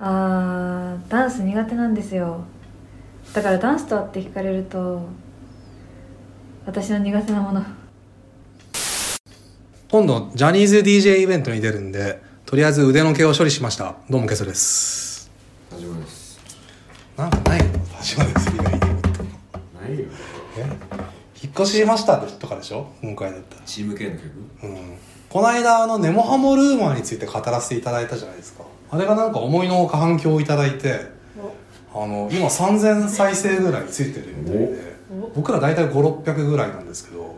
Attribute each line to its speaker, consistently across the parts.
Speaker 1: あーダンス苦手なんですよだからダンスとはって聞かれると私の苦手なもの
Speaker 2: 今度ジャニーズ DJ イベントに出るんでとりあえず腕の毛を処理しましたどうもケソです
Speaker 3: 大丈夫です
Speaker 2: なんかないの田島です以外
Speaker 3: ない
Speaker 2: に
Speaker 3: よ
Speaker 2: え引っ越しましたとかでしょ今回だったら
Speaker 3: チーム系の曲
Speaker 2: うんこの間あのネモハモルーマーについて語らせていただいたじゃないですかあれがなんか思いのほか反響をいただいてあの今3000再生ぐらいついてるみたいで僕ら大体5600ぐらいなんですけど、
Speaker 1: お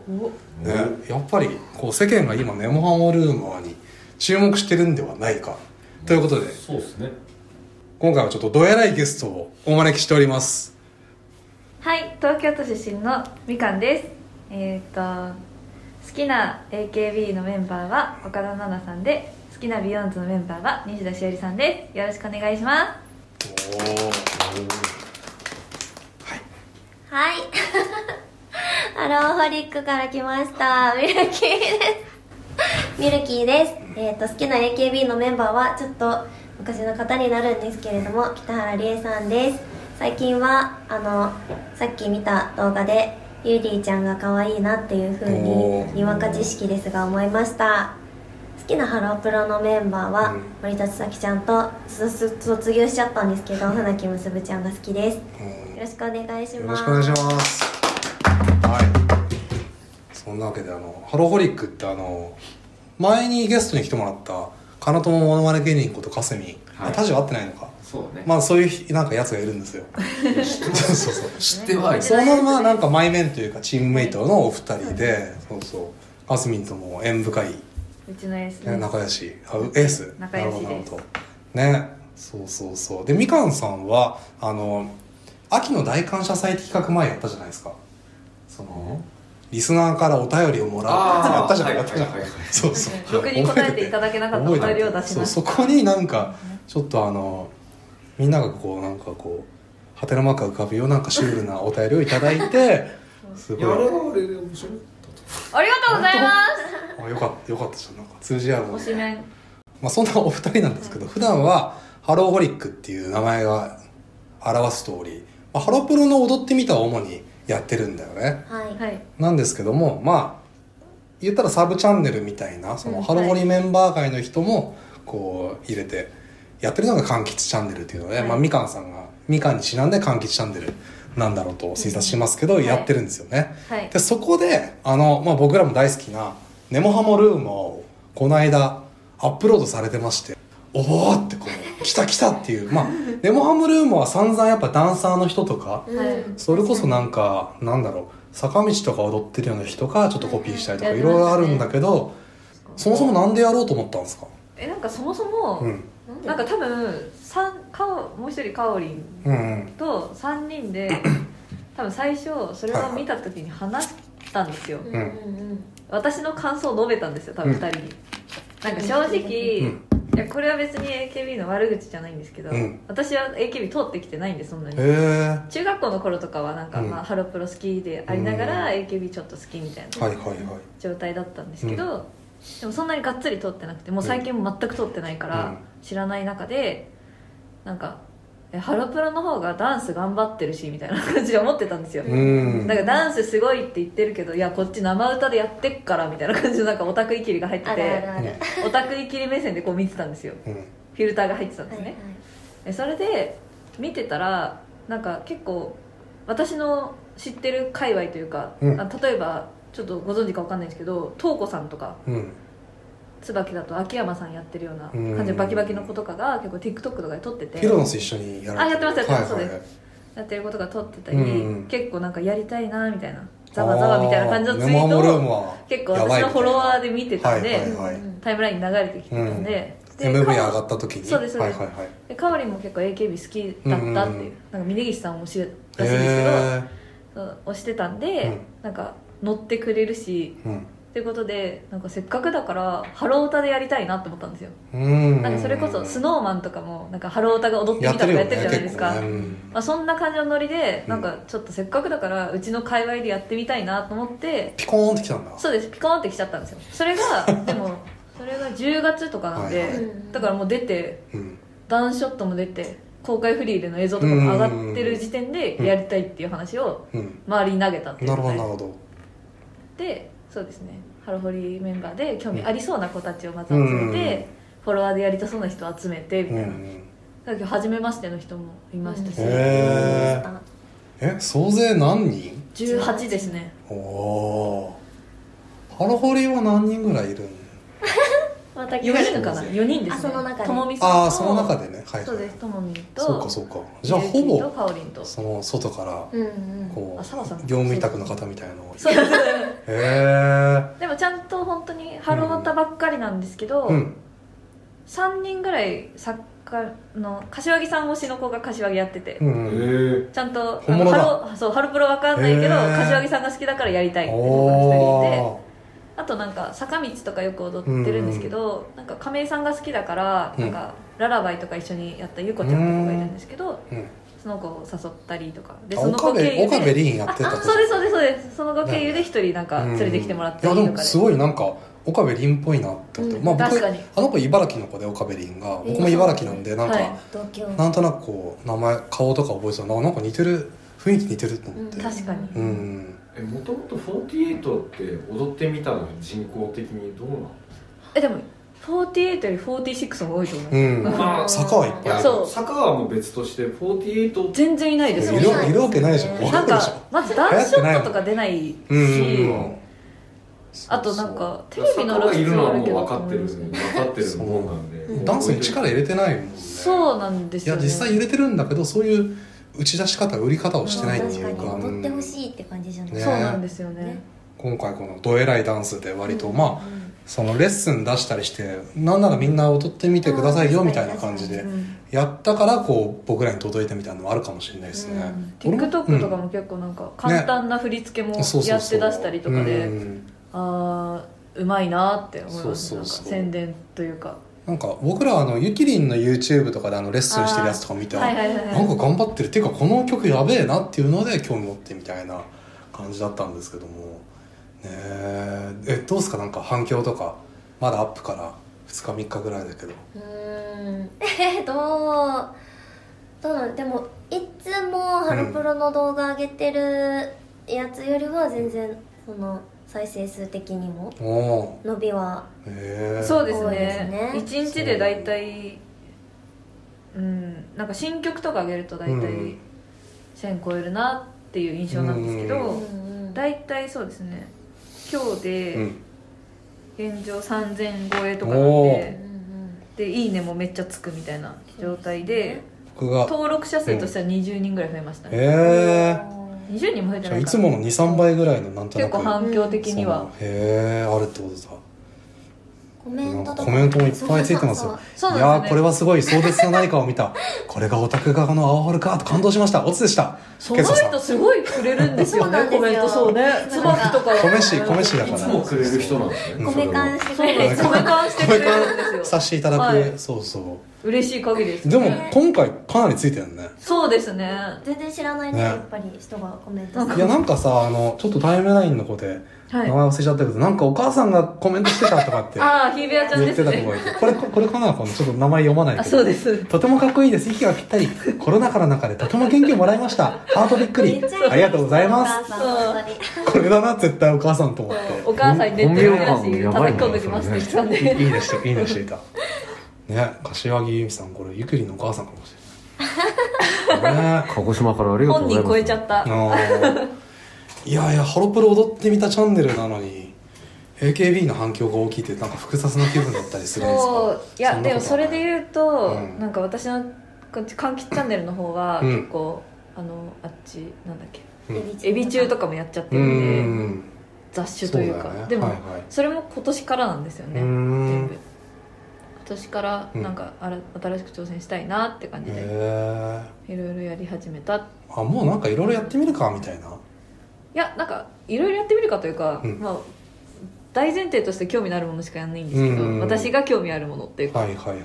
Speaker 2: ね、やっぱりこう世間が今ネモハモルーマーに注目してるんではないかということで
Speaker 3: そうっすね
Speaker 2: 今回はちょっとどえらいゲストをお招きしております
Speaker 1: はい東京都出身のみかんですえーっと好きな AKB のメンバーは岡田奈々さんで好きなビヨンズのメンバーは西田しおりさんですよろしくお願いしま
Speaker 2: おー
Speaker 4: はい。 ハローホリックから来ました。ミルキーです。ミルキーです。えっ、と、好きな AKB のメンバーは、ちょっと昔の方になるんですけれども、北原理恵さんです。最近は、あの、さっき見た動画で、ゆりーちゃんが可愛いなっていう風
Speaker 2: おー
Speaker 4: に、にわか知識ですが思いました。好きなハロープロのメンバーは、
Speaker 2: うん
Speaker 4: 森田千咲ちゃんと卒卒業しちゃったんです けど、船木結ぶちゃんが好きです。よ
Speaker 2: うん
Speaker 4: ろしくお願いしま
Speaker 2: よろし
Speaker 4: す。
Speaker 2: くお願いします。はい。そんなわけで、あの、ハロホリックって、あの、前にゲストに来てもらった、かなともものまね芸人ことかすみ、
Speaker 3: はい
Speaker 2: あタジは合ってないのか。
Speaker 3: そうだね、
Speaker 2: まあ、そういうひ、なんかやつがいるんですよ。そうそうそう。
Speaker 3: 知ってはいる
Speaker 2: そのまあ、なんか、マイメンというか、チームメイトのお二人で、そうそう。かすみんとも縁深い、ね
Speaker 1: すうちのエースです
Speaker 2: 仲良し、あエース。
Speaker 1: 仲良しです
Speaker 2: なるほど。なるほどね。そうそうそう。で、みかんさんは、あの、秋の大感謝祭企画前やったじゃないですか。その、リスナーからお便りをもらう
Speaker 3: あー
Speaker 2: やったじゃない、
Speaker 3: は
Speaker 2: や
Speaker 3: い
Speaker 2: ったじゃな
Speaker 3: はいいはい。
Speaker 2: そうそう。
Speaker 1: 僕に答えていただけなかった
Speaker 2: 覚えて
Speaker 1: お
Speaker 2: る
Speaker 1: 便りを出し
Speaker 2: そ
Speaker 1: ま
Speaker 2: う
Speaker 1: す
Speaker 2: そこになんか、ちょっとあの、みんながこう、なんかこう、はてなマークが浮かぶようななんかシュールなお便りをいただい て、す
Speaker 3: い
Speaker 2: ごい
Speaker 3: や。あれはあれで面白い
Speaker 1: ありがとうございま
Speaker 2: あよかった、よかったじゃん。なんか通じ合うの。
Speaker 1: す推しメン
Speaker 2: まあ、そんなお二人なんですけど、普段はハローホリックっていう名前が表す通り、まあ、ハロプロの踊ってみたを主にやってるんだよね。
Speaker 4: はい。
Speaker 1: はい
Speaker 2: なんですけども、まあ、言ったらサブチャンネルみたいな、その
Speaker 1: うん
Speaker 2: ハロホリメンバー界の人も、こう、入れて、やってるのが柑橘チャンネルっていうので、
Speaker 1: はい
Speaker 2: まあ、みかんさんが、みかんにちなんで柑橘チャンネルなんだろうと推察しますけど、
Speaker 1: うん
Speaker 2: やってるんですよね。
Speaker 1: はい
Speaker 2: でそこであの、まあ、僕らも大好きな「ネモハモルーマー」をこの間アップロードされてましておおってこう来た来たっていうま あ「ネモハモルーマー」は散々やっぱダンサーの人とか
Speaker 1: はい
Speaker 2: それこそなんかなんだろう坂道とか踊ってるような人がちょっとコピーしたりとか
Speaker 1: はいい
Speaker 2: ろいろあるんだけどそもそもなんでやろうと思ったんですか
Speaker 1: えなんかそもそも、
Speaker 2: うん
Speaker 1: なんか多分さんかおもう一人かおりん
Speaker 2: うんうん
Speaker 1: と3人 で多分最初それを見た時に話したんですよ
Speaker 4: うんうん
Speaker 1: 私の感想を述べたんですよ多分
Speaker 2: うん
Speaker 1: 2人に、なんか正直、
Speaker 2: うん
Speaker 1: いやこれは別に AKB の悪口じゃないんですけど、
Speaker 2: うん
Speaker 1: 私は AKB 通ってきてないんでそんなに
Speaker 2: へ
Speaker 1: 中学校の頃とかはなんか、
Speaker 2: うん
Speaker 1: まあ、ハロプロ好きでありながら AKB ちょっと好きみたい
Speaker 2: え
Speaker 1: な
Speaker 2: はいはいはい
Speaker 1: 状態だったんですけど、でもそんなにがっつり通ってなくてもう最近も全く通ってないか
Speaker 2: うん
Speaker 1: ら知らない中でなんかえハロプロの方がダンス頑張ってるしみたいな感じで思ってたんですよ、
Speaker 2: うん
Speaker 1: だからダンスすごいって言ってるけどいやこっち生歌でやってっからみたいな感じのなんかオタクイキリが入って
Speaker 4: あるある
Speaker 1: て
Speaker 4: ある。はい
Speaker 1: オタクイキリ目線でこう見てたんですよ
Speaker 2: うん
Speaker 1: フィルターが入ってたんですね、
Speaker 4: はい
Speaker 1: えそれで見てたらなんか結構私の知ってる界隈というか、
Speaker 2: うん
Speaker 1: あ例えばちょっとご存知かわかんないんですけど瞳子さんとか
Speaker 2: うん
Speaker 1: 椿だと秋山さんやってるような
Speaker 2: うん
Speaker 1: 感じでバキバキの子とかが結構 TikTok とかで撮ってて
Speaker 2: ピロノス一緒にやられ
Speaker 1: あ
Speaker 2: て
Speaker 1: やってますやってます
Speaker 2: はいは
Speaker 1: そう
Speaker 2: いはい
Speaker 1: やってることが撮ってたり、
Speaker 2: うん
Speaker 1: 結構なんかやりたいなみたいなざわざわみたいな感じのツイー
Speaker 2: あ
Speaker 1: トを
Speaker 2: ー
Speaker 1: 結構私のフォロワーで見てたんで、
Speaker 2: はいはいはい
Speaker 1: タイムラインに流れてきてたんで、
Speaker 2: ネ
Speaker 1: で
Speaker 2: モハモルームは MV
Speaker 1: か
Speaker 2: 上がった時に
Speaker 1: そうですそう
Speaker 2: は
Speaker 1: で
Speaker 2: い
Speaker 1: す
Speaker 2: はいはい
Speaker 1: でかおりんも結構 AKB 好きだったっていう、
Speaker 2: うん
Speaker 1: なん
Speaker 2: うん
Speaker 1: か峯岸さんも推しらしいんですけど、
Speaker 2: へ
Speaker 1: そう押してたんで、
Speaker 2: うん
Speaker 1: なんか乗ってくれるし
Speaker 2: えうん
Speaker 1: っていうことでなんかせっかくだからハロー歌でやりたいなと思ったんですよ、
Speaker 2: うん
Speaker 1: なんかそれこそスノーマンとかもなんかハロー歌が踊って
Speaker 2: や
Speaker 1: み
Speaker 2: ったて
Speaker 1: とかや
Speaker 2: るよね
Speaker 1: ってるじゃないですか、
Speaker 2: 結構ねうん
Speaker 1: まあ、そんな感じのノリで
Speaker 2: うん
Speaker 1: なんかちょっとせっかくだからうちの界隈でやってみたいなと思って、
Speaker 2: ピコーンってきたんだ
Speaker 1: そうですピコーンってきちゃったんです よそれがでもそれが10月とかなんで、
Speaker 2: はいはい
Speaker 4: うん
Speaker 1: だからもう出て
Speaker 2: うん
Speaker 1: ダウンショットも出て公開フリーでの映像とかも上がってる時点でやりたいっていう話を
Speaker 2: うん
Speaker 1: 周りに投げたっていう
Speaker 2: なるほどなる
Speaker 1: ど
Speaker 2: ほど
Speaker 1: でそうですねハロホリメンバーで興味ありそうな子たちをまた集めて、フォロワーでやりたそうな人を集めてみ
Speaker 2: う
Speaker 1: たいな、
Speaker 2: ん
Speaker 1: だけど初めましての人もいましたし、
Speaker 2: うんへーえ総勢何人
Speaker 1: 18ですね
Speaker 2: おおハロホリは何人ぐらいいるん
Speaker 4: また聞
Speaker 1: 4
Speaker 4: かれ
Speaker 1: 人
Speaker 4: る
Speaker 1: かな4人ですね
Speaker 4: あその中で
Speaker 1: ともみさんと
Speaker 2: ああその中でねはい
Speaker 1: そうですともみんと
Speaker 2: そうかそうかじゃあ
Speaker 1: ゆう
Speaker 2: ほ
Speaker 1: きと
Speaker 2: ぼ
Speaker 1: かおりんと
Speaker 2: その外から
Speaker 4: うんうん
Speaker 2: こ
Speaker 1: あ
Speaker 2: う
Speaker 1: 澤さん
Speaker 2: 業務委託の方みたいなのを
Speaker 1: そうです
Speaker 2: へえ
Speaker 1: でもちゃんと本当にハロータばっかりなんですけど、
Speaker 2: うん
Speaker 1: 3人ぐらい作家の柏木さん推しの子が柏木やってて、
Speaker 2: う
Speaker 3: ええ
Speaker 2: ん
Speaker 3: ー、
Speaker 1: ちゃんと
Speaker 2: 本物だ
Speaker 1: あのハロそうハロプロわかんないけど
Speaker 2: へー
Speaker 1: 柏木さんが好きだからやりたいっていうのが一人いて
Speaker 2: お
Speaker 1: あとなんか坂道とかよく踊ってるんですけど、なんか亀井さんが好きだから、
Speaker 2: うん
Speaker 1: なんかララバイとか一緒にやったゆこちゃんって子がいるんですけど、
Speaker 2: ーうん
Speaker 1: その子を誘ったりとかで
Speaker 2: あ
Speaker 1: その
Speaker 2: 岡
Speaker 1: 子
Speaker 2: 部
Speaker 1: 経由
Speaker 2: 岡部
Speaker 1: で
Speaker 2: 凛やってた
Speaker 1: あ
Speaker 2: と
Speaker 1: そうですそうですそうですその子経由で一人なんか連れてきてもらったり
Speaker 2: うんいや
Speaker 1: と
Speaker 2: でも
Speaker 1: かです
Speaker 2: ごいなんか岡部凛っぽいなって思って、
Speaker 4: うん
Speaker 2: まあ僕
Speaker 1: 確かに
Speaker 2: あの子茨城の子で岡部凛が
Speaker 4: えー
Speaker 2: 僕も茨城なんでなんか、
Speaker 1: はい
Speaker 4: 東京
Speaker 2: なんとなくこう名前顔とか覚えてたらなんか似てる雰囲気似てると思って
Speaker 1: うん確かに
Speaker 2: うん、
Speaker 3: えもともと48って踊ってみたの人工的にどうなの
Speaker 1: えでも48より46の方が多いと思います、
Speaker 2: うん
Speaker 3: まあ
Speaker 2: 坂はいっ
Speaker 3: い
Speaker 2: ぱいあ
Speaker 3: や
Speaker 2: る
Speaker 1: そう
Speaker 3: 坂はもう別として48って
Speaker 1: 全然いないです
Speaker 4: そう
Speaker 2: いるいるわけないでしょ
Speaker 4: そう
Speaker 2: わ
Speaker 1: な
Speaker 2: か
Speaker 1: ん
Speaker 2: るでしょ
Speaker 1: かまずダンスショットとか出ないし
Speaker 2: うん
Speaker 1: あとなんかテレビ
Speaker 3: 坂
Speaker 1: の
Speaker 3: が
Speaker 1: 露
Speaker 3: いる
Speaker 1: 出
Speaker 3: の
Speaker 1: はあ
Speaker 3: はも
Speaker 1: るけ
Speaker 3: う
Speaker 1: ど
Speaker 3: 分かってる分かってるもんなん
Speaker 4: そう
Speaker 3: で
Speaker 2: ダンスに力入れてないもんね
Speaker 1: そうなんです
Speaker 2: い
Speaker 1: よ、
Speaker 2: や
Speaker 1: ね、
Speaker 2: 実際入れてるんだけどそういう打ち出し方売り方をしてないって
Speaker 4: 確
Speaker 2: い
Speaker 4: か
Speaker 2: う
Speaker 4: に
Speaker 2: か
Speaker 4: 踊ってほ
Speaker 2: うん
Speaker 4: しいって感じじゃない
Speaker 2: ね
Speaker 1: そうなんですよね
Speaker 4: ね
Speaker 2: 今回このどえらいダンスで割と、まあ
Speaker 4: うん
Speaker 2: そのレッスン出したりしてなんならみんな踊ってみてくださいよみたいな感じ
Speaker 1: う
Speaker 2: で
Speaker 1: ん、
Speaker 2: やったからこう僕らに届いたみたいなのもあるかもしれないですね、
Speaker 1: TikTok と
Speaker 2: 俺
Speaker 1: かも結構なんか簡単な振り付けも
Speaker 2: うんそうそうそう
Speaker 1: やって出したりとかで、
Speaker 2: うん
Speaker 1: ああうまいなって思います
Speaker 2: そうそうそう
Speaker 1: なんか宣伝というか
Speaker 2: なんか僕らあのゆきりんの YouTube とかであのレッスンしてるやつとか見て
Speaker 1: はいはいはい
Speaker 2: なん
Speaker 1: は
Speaker 2: か頑張ってるっていうかこの曲やべえなっていうので興味持ってみたいな感じだったんですけどもねええどうですかなんか反響とかまだアップから2日3日ぐらいだけど
Speaker 4: うーん えどうどうなんでもいつもハロプロの動画上げてるやつよりは全然その再生数的にも
Speaker 2: おお
Speaker 4: 伸びは
Speaker 2: ーへ
Speaker 1: い
Speaker 2: え
Speaker 1: そうです
Speaker 4: 多いです
Speaker 1: ね
Speaker 4: ね
Speaker 1: 一日で大体うんなんか新曲とか上げると大
Speaker 2: う
Speaker 1: 体
Speaker 2: ん
Speaker 1: 1000超えるなっていう印象なんですけ
Speaker 4: う
Speaker 1: ど
Speaker 4: んうん
Speaker 1: 大体そうですね今日
Speaker 2: う
Speaker 1: で
Speaker 2: ん
Speaker 1: 現状3000超えとかなん
Speaker 2: お
Speaker 4: うんう
Speaker 1: で
Speaker 4: ん
Speaker 1: で「いいね」もめっちゃつくみたいな状態で
Speaker 2: 僕が
Speaker 1: 登録者数としては20人ぐらい増えましたね
Speaker 2: へ
Speaker 1: 20人も増えて
Speaker 2: えじゃあ
Speaker 1: ない
Speaker 2: い
Speaker 1: か
Speaker 2: つもの23倍ぐらいのなんとな
Speaker 1: 結
Speaker 2: く
Speaker 1: 構反響的には
Speaker 2: そうへえあるってことだ
Speaker 4: コメントとか
Speaker 2: コメントもいっぱいついてますよ
Speaker 4: そ
Speaker 1: そ
Speaker 4: う
Speaker 1: う
Speaker 2: い
Speaker 1: な
Speaker 2: や
Speaker 1: ん
Speaker 2: ー
Speaker 1: です
Speaker 2: これ
Speaker 1: よね
Speaker 2: はすごい壮絶な何かを 見たこれがオタク側の青春かと感動しましたオツでした
Speaker 1: その人すごいくれるんですよ
Speaker 4: そう
Speaker 1: ね
Speaker 4: なんです
Speaker 1: コ
Speaker 4: よ
Speaker 1: メントそうね
Speaker 4: そう
Speaker 1: 椿とかは
Speaker 2: 米市米市だ
Speaker 3: い
Speaker 2: から
Speaker 3: つもくれる人なんですね
Speaker 4: そうコメ感してく
Speaker 1: そうなん
Speaker 4: れ
Speaker 1: で
Speaker 4: る
Speaker 1: す米缶してくれるんです
Speaker 2: さ
Speaker 1: よ
Speaker 2: せていただく、
Speaker 1: はい
Speaker 2: そうそう
Speaker 1: 嬉しい限りです
Speaker 2: で
Speaker 1: ね
Speaker 2: も今回かなりついてるね
Speaker 1: そうですね
Speaker 4: 全然知らないね
Speaker 2: ね
Speaker 4: やっぱり人がコメントす
Speaker 2: い
Speaker 4: る
Speaker 2: やなんかさあのちょっとタイムラインの子で名
Speaker 1: はい
Speaker 2: 前忘れちゃったけど、なんかお母さんがコメントしてたとかって
Speaker 1: ああひーべやちゃん
Speaker 2: 言
Speaker 1: で
Speaker 2: っ
Speaker 1: す
Speaker 2: てた子
Speaker 1: ね
Speaker 2: がいてこれこれかなこのちょっと名前読まないけど
Speaker 1: あそうです
Speaker 2: とてもかっこいいです息がぴったりコロナ禍の中でとても元気をもらいましたハートびっくりありがとうございますこれだな絶対お母さんと思って
Speaker 1: お母さんにネットの話に叩き込んできますって言ってたんで
Speaker 2: いいいいねしていいねしていたね柏木由美さんこれゆくりのお母さんかもしれないね
Speaker 3: 鹿児島からありがとう
Speaker 1: 本
Speaker 3: ございます
Speaker 1: 人超えちゃった
Speaker 2: あーいやいやハロプロ踊ってみたチャンネルなのに AKB の反響が大きいってなんか複雑な気分だったりするんですか
Speaker 1: そういやでもそれで
Speaker 2: う
Speaker 1: 言うと、
Speaker 2: うん
Speaker 1: なんか私のこっち柑橘チャンネルの方は
Speaker 2: うん
Speaker 1: 結構、あのあっちなんだっけエ
Speaker 4: エ
Speaker 1: ビ
Speaker 4: ビ
Speaker 1: 中
Speaker 4: 中
Speaker 1: と
Speaker 4: とか
Speaker 1: かもやっちゃって
Speaker 2: う
Speaker 1: るんで、
Speaker 2: ん
Speaker 1: 雑種という
Speaker 2: そ
Speaker 1: か
Speaker 2: だよね
Speaker 1: でも、
Speaker 2: はいはい
Speaker 1: それも今年からなんですよね
Speaker 2: うーん
Speaker 1: 全部今年からなんかあら新しく挑戦したいなって感じで
Speaker 2: へ
Speaker 1: いろいろやり始めたい
Speaker 2: えあもうなんかいろいろやってみるかみたいな
Speaker 1: やなんかいろいろやってみるかというか、
Speaker 2: うん
Speaker 1: まあ大前提として興味のあるものしかやらないんですけど、
Speaker 2: うん
Speaker 1: 私が興味あるものっていうか
Speaker 2: はいはいはいはい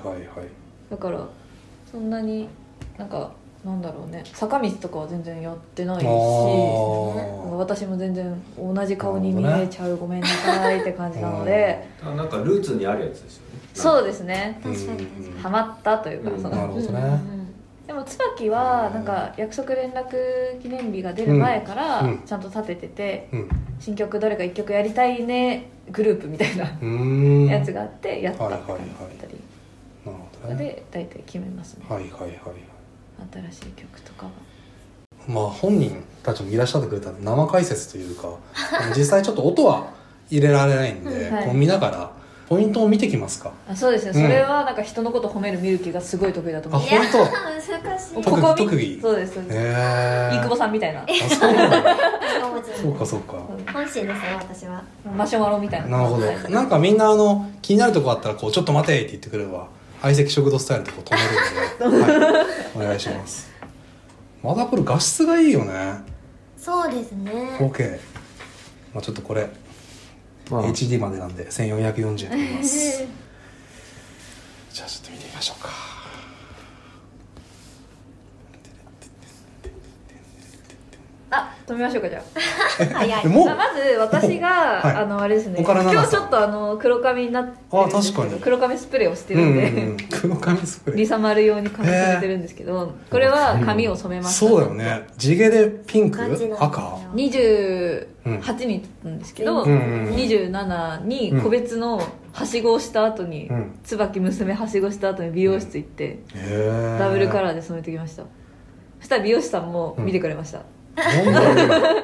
Speaker 1: だからそんなになんかなんだろうね坂道とかは全然やってないし
Speaker 2: あー
Speaker 1: 私も全然同じ顔に見えちゃう、ごめんなさいって感じなので、
Speaker 3: あなんかルーツにあるやつですよね
Speaker 1: そう
Speaker 3: う
Speaker 1: ですね
Speaker 4: 確かに確かに
Speaker 1: ハマったというか、
Speaker 3: うん
Speaker 1: そ
Speaker 2: な
Speaker 1: の
Speaker 2: るほどね、
Speaker 4: うん
Speaker 1: でも椿はなんか約束連絡記念日が出る前から
Speaker 2: うん
Speaker 1: ちゃんと立ててて
Speaker 2: うん
Speaker 1: 新曲どれか1曲やりたいねグループみたいな
Speaker 2: うーん
Speaker 1: やつがあってやったって
Speaker 2: はい
Speaker 1: 感
Speaker 2: はい
Speaker 1: じだったりで
Speaker 2: はいなるほどね
Speaker 1: で大体決めますね
Speaker 2: はいはいはい
Speaker 1: 新しい曲とかは
Speaker 2: まあ本人たちもいらっしゃってくれたんで生解説とい うかあの実際ちょっと音は入れられないんで、
Speaker 1: うんはい
Speaker 2: こう見ながらポイントを見てきますか
Speaker 1: あそうですね、
Speaker 2: うん
Speaker 1: それはなんか人のこと褒める見る気がすごい得意だと思
Speaker 2: あ
Speaker 1: う
Speaker 2: 本当
Speaker 4: 難しい
Speaker 1: こ
Speaker 2: 特技
Speaker 1: こ見
Speaker 2: 特技
Speaker 1: そうですそうです、
Speaker 2: ええ
Speaker 1: 飯久保さんみたいな
Speaker 2: あそうなんだ
Speaker 4: 顔文字
Speaker 2: そうかそうか
Speaker 4: 本心ですね私は
Speaker 1: マシュマロみたいな
Speaker 2: なるほどなんかみんなあの気になるとこあったらこう「ちょっと待て」って言ってくれれば相席食堂スタイルのとこ止め るんで、はい、お願いしますまだこれ画質がいいよね
Speaker 4: そうですね
Speaker 2: OK まあちょっとこれ
Speaker 3: まあ
Speaker 2: HD までなんで1440円取ります じゃあちょっと見てみましょうか
Speaker 1: あ止めましょうかじゃ
Speaker 4: 早い
Speaker 2: でも
Speaker 1: ああまず私が、
Speaker 2: はい
Speaker 1: あのあれですね
Speaker 2: 岡田
Speaker 1: 今
Speaker 2: 奈々
Speaker 1: 日
Speaker 2: さ
Speaker 1: ち
Speaker 2: ん
Speaker 1: ょっとあの黒髪になってるんですけ
Speaker 2: あ確か
Speaker 1: ど
Speaker 2: に
Speaker 1: 黒髪スプレーをして
Speaker 2: うん
Speaker 1: るん
Speaker 2: う
Speaker 1: で、
Speaker 2: んうん 黒髪スプレ
Speaker 1: リ
Speaker 2: ー
Speaker 1: サマル用に髪染めてるんですけど、これは髪を染めました、
Speaker 2: そうだよね地毛でピンク
Speaker 4: ガチなんだ
Speaker 2: 赤
Speaker 1: 28人なんですけど、
Speaker 2: うんうんうん
Speaker 1: 27に個別のはしごをした後に、
Speaker 2: うん
Speaker 1: 椿娘はしごした後に美容室行って、
Speaker 2: へえ
Speaker 1: ダブルカラーで染めてきましたそしたら美容師さんも見てくれました、
Speaker 2: ーなんだろう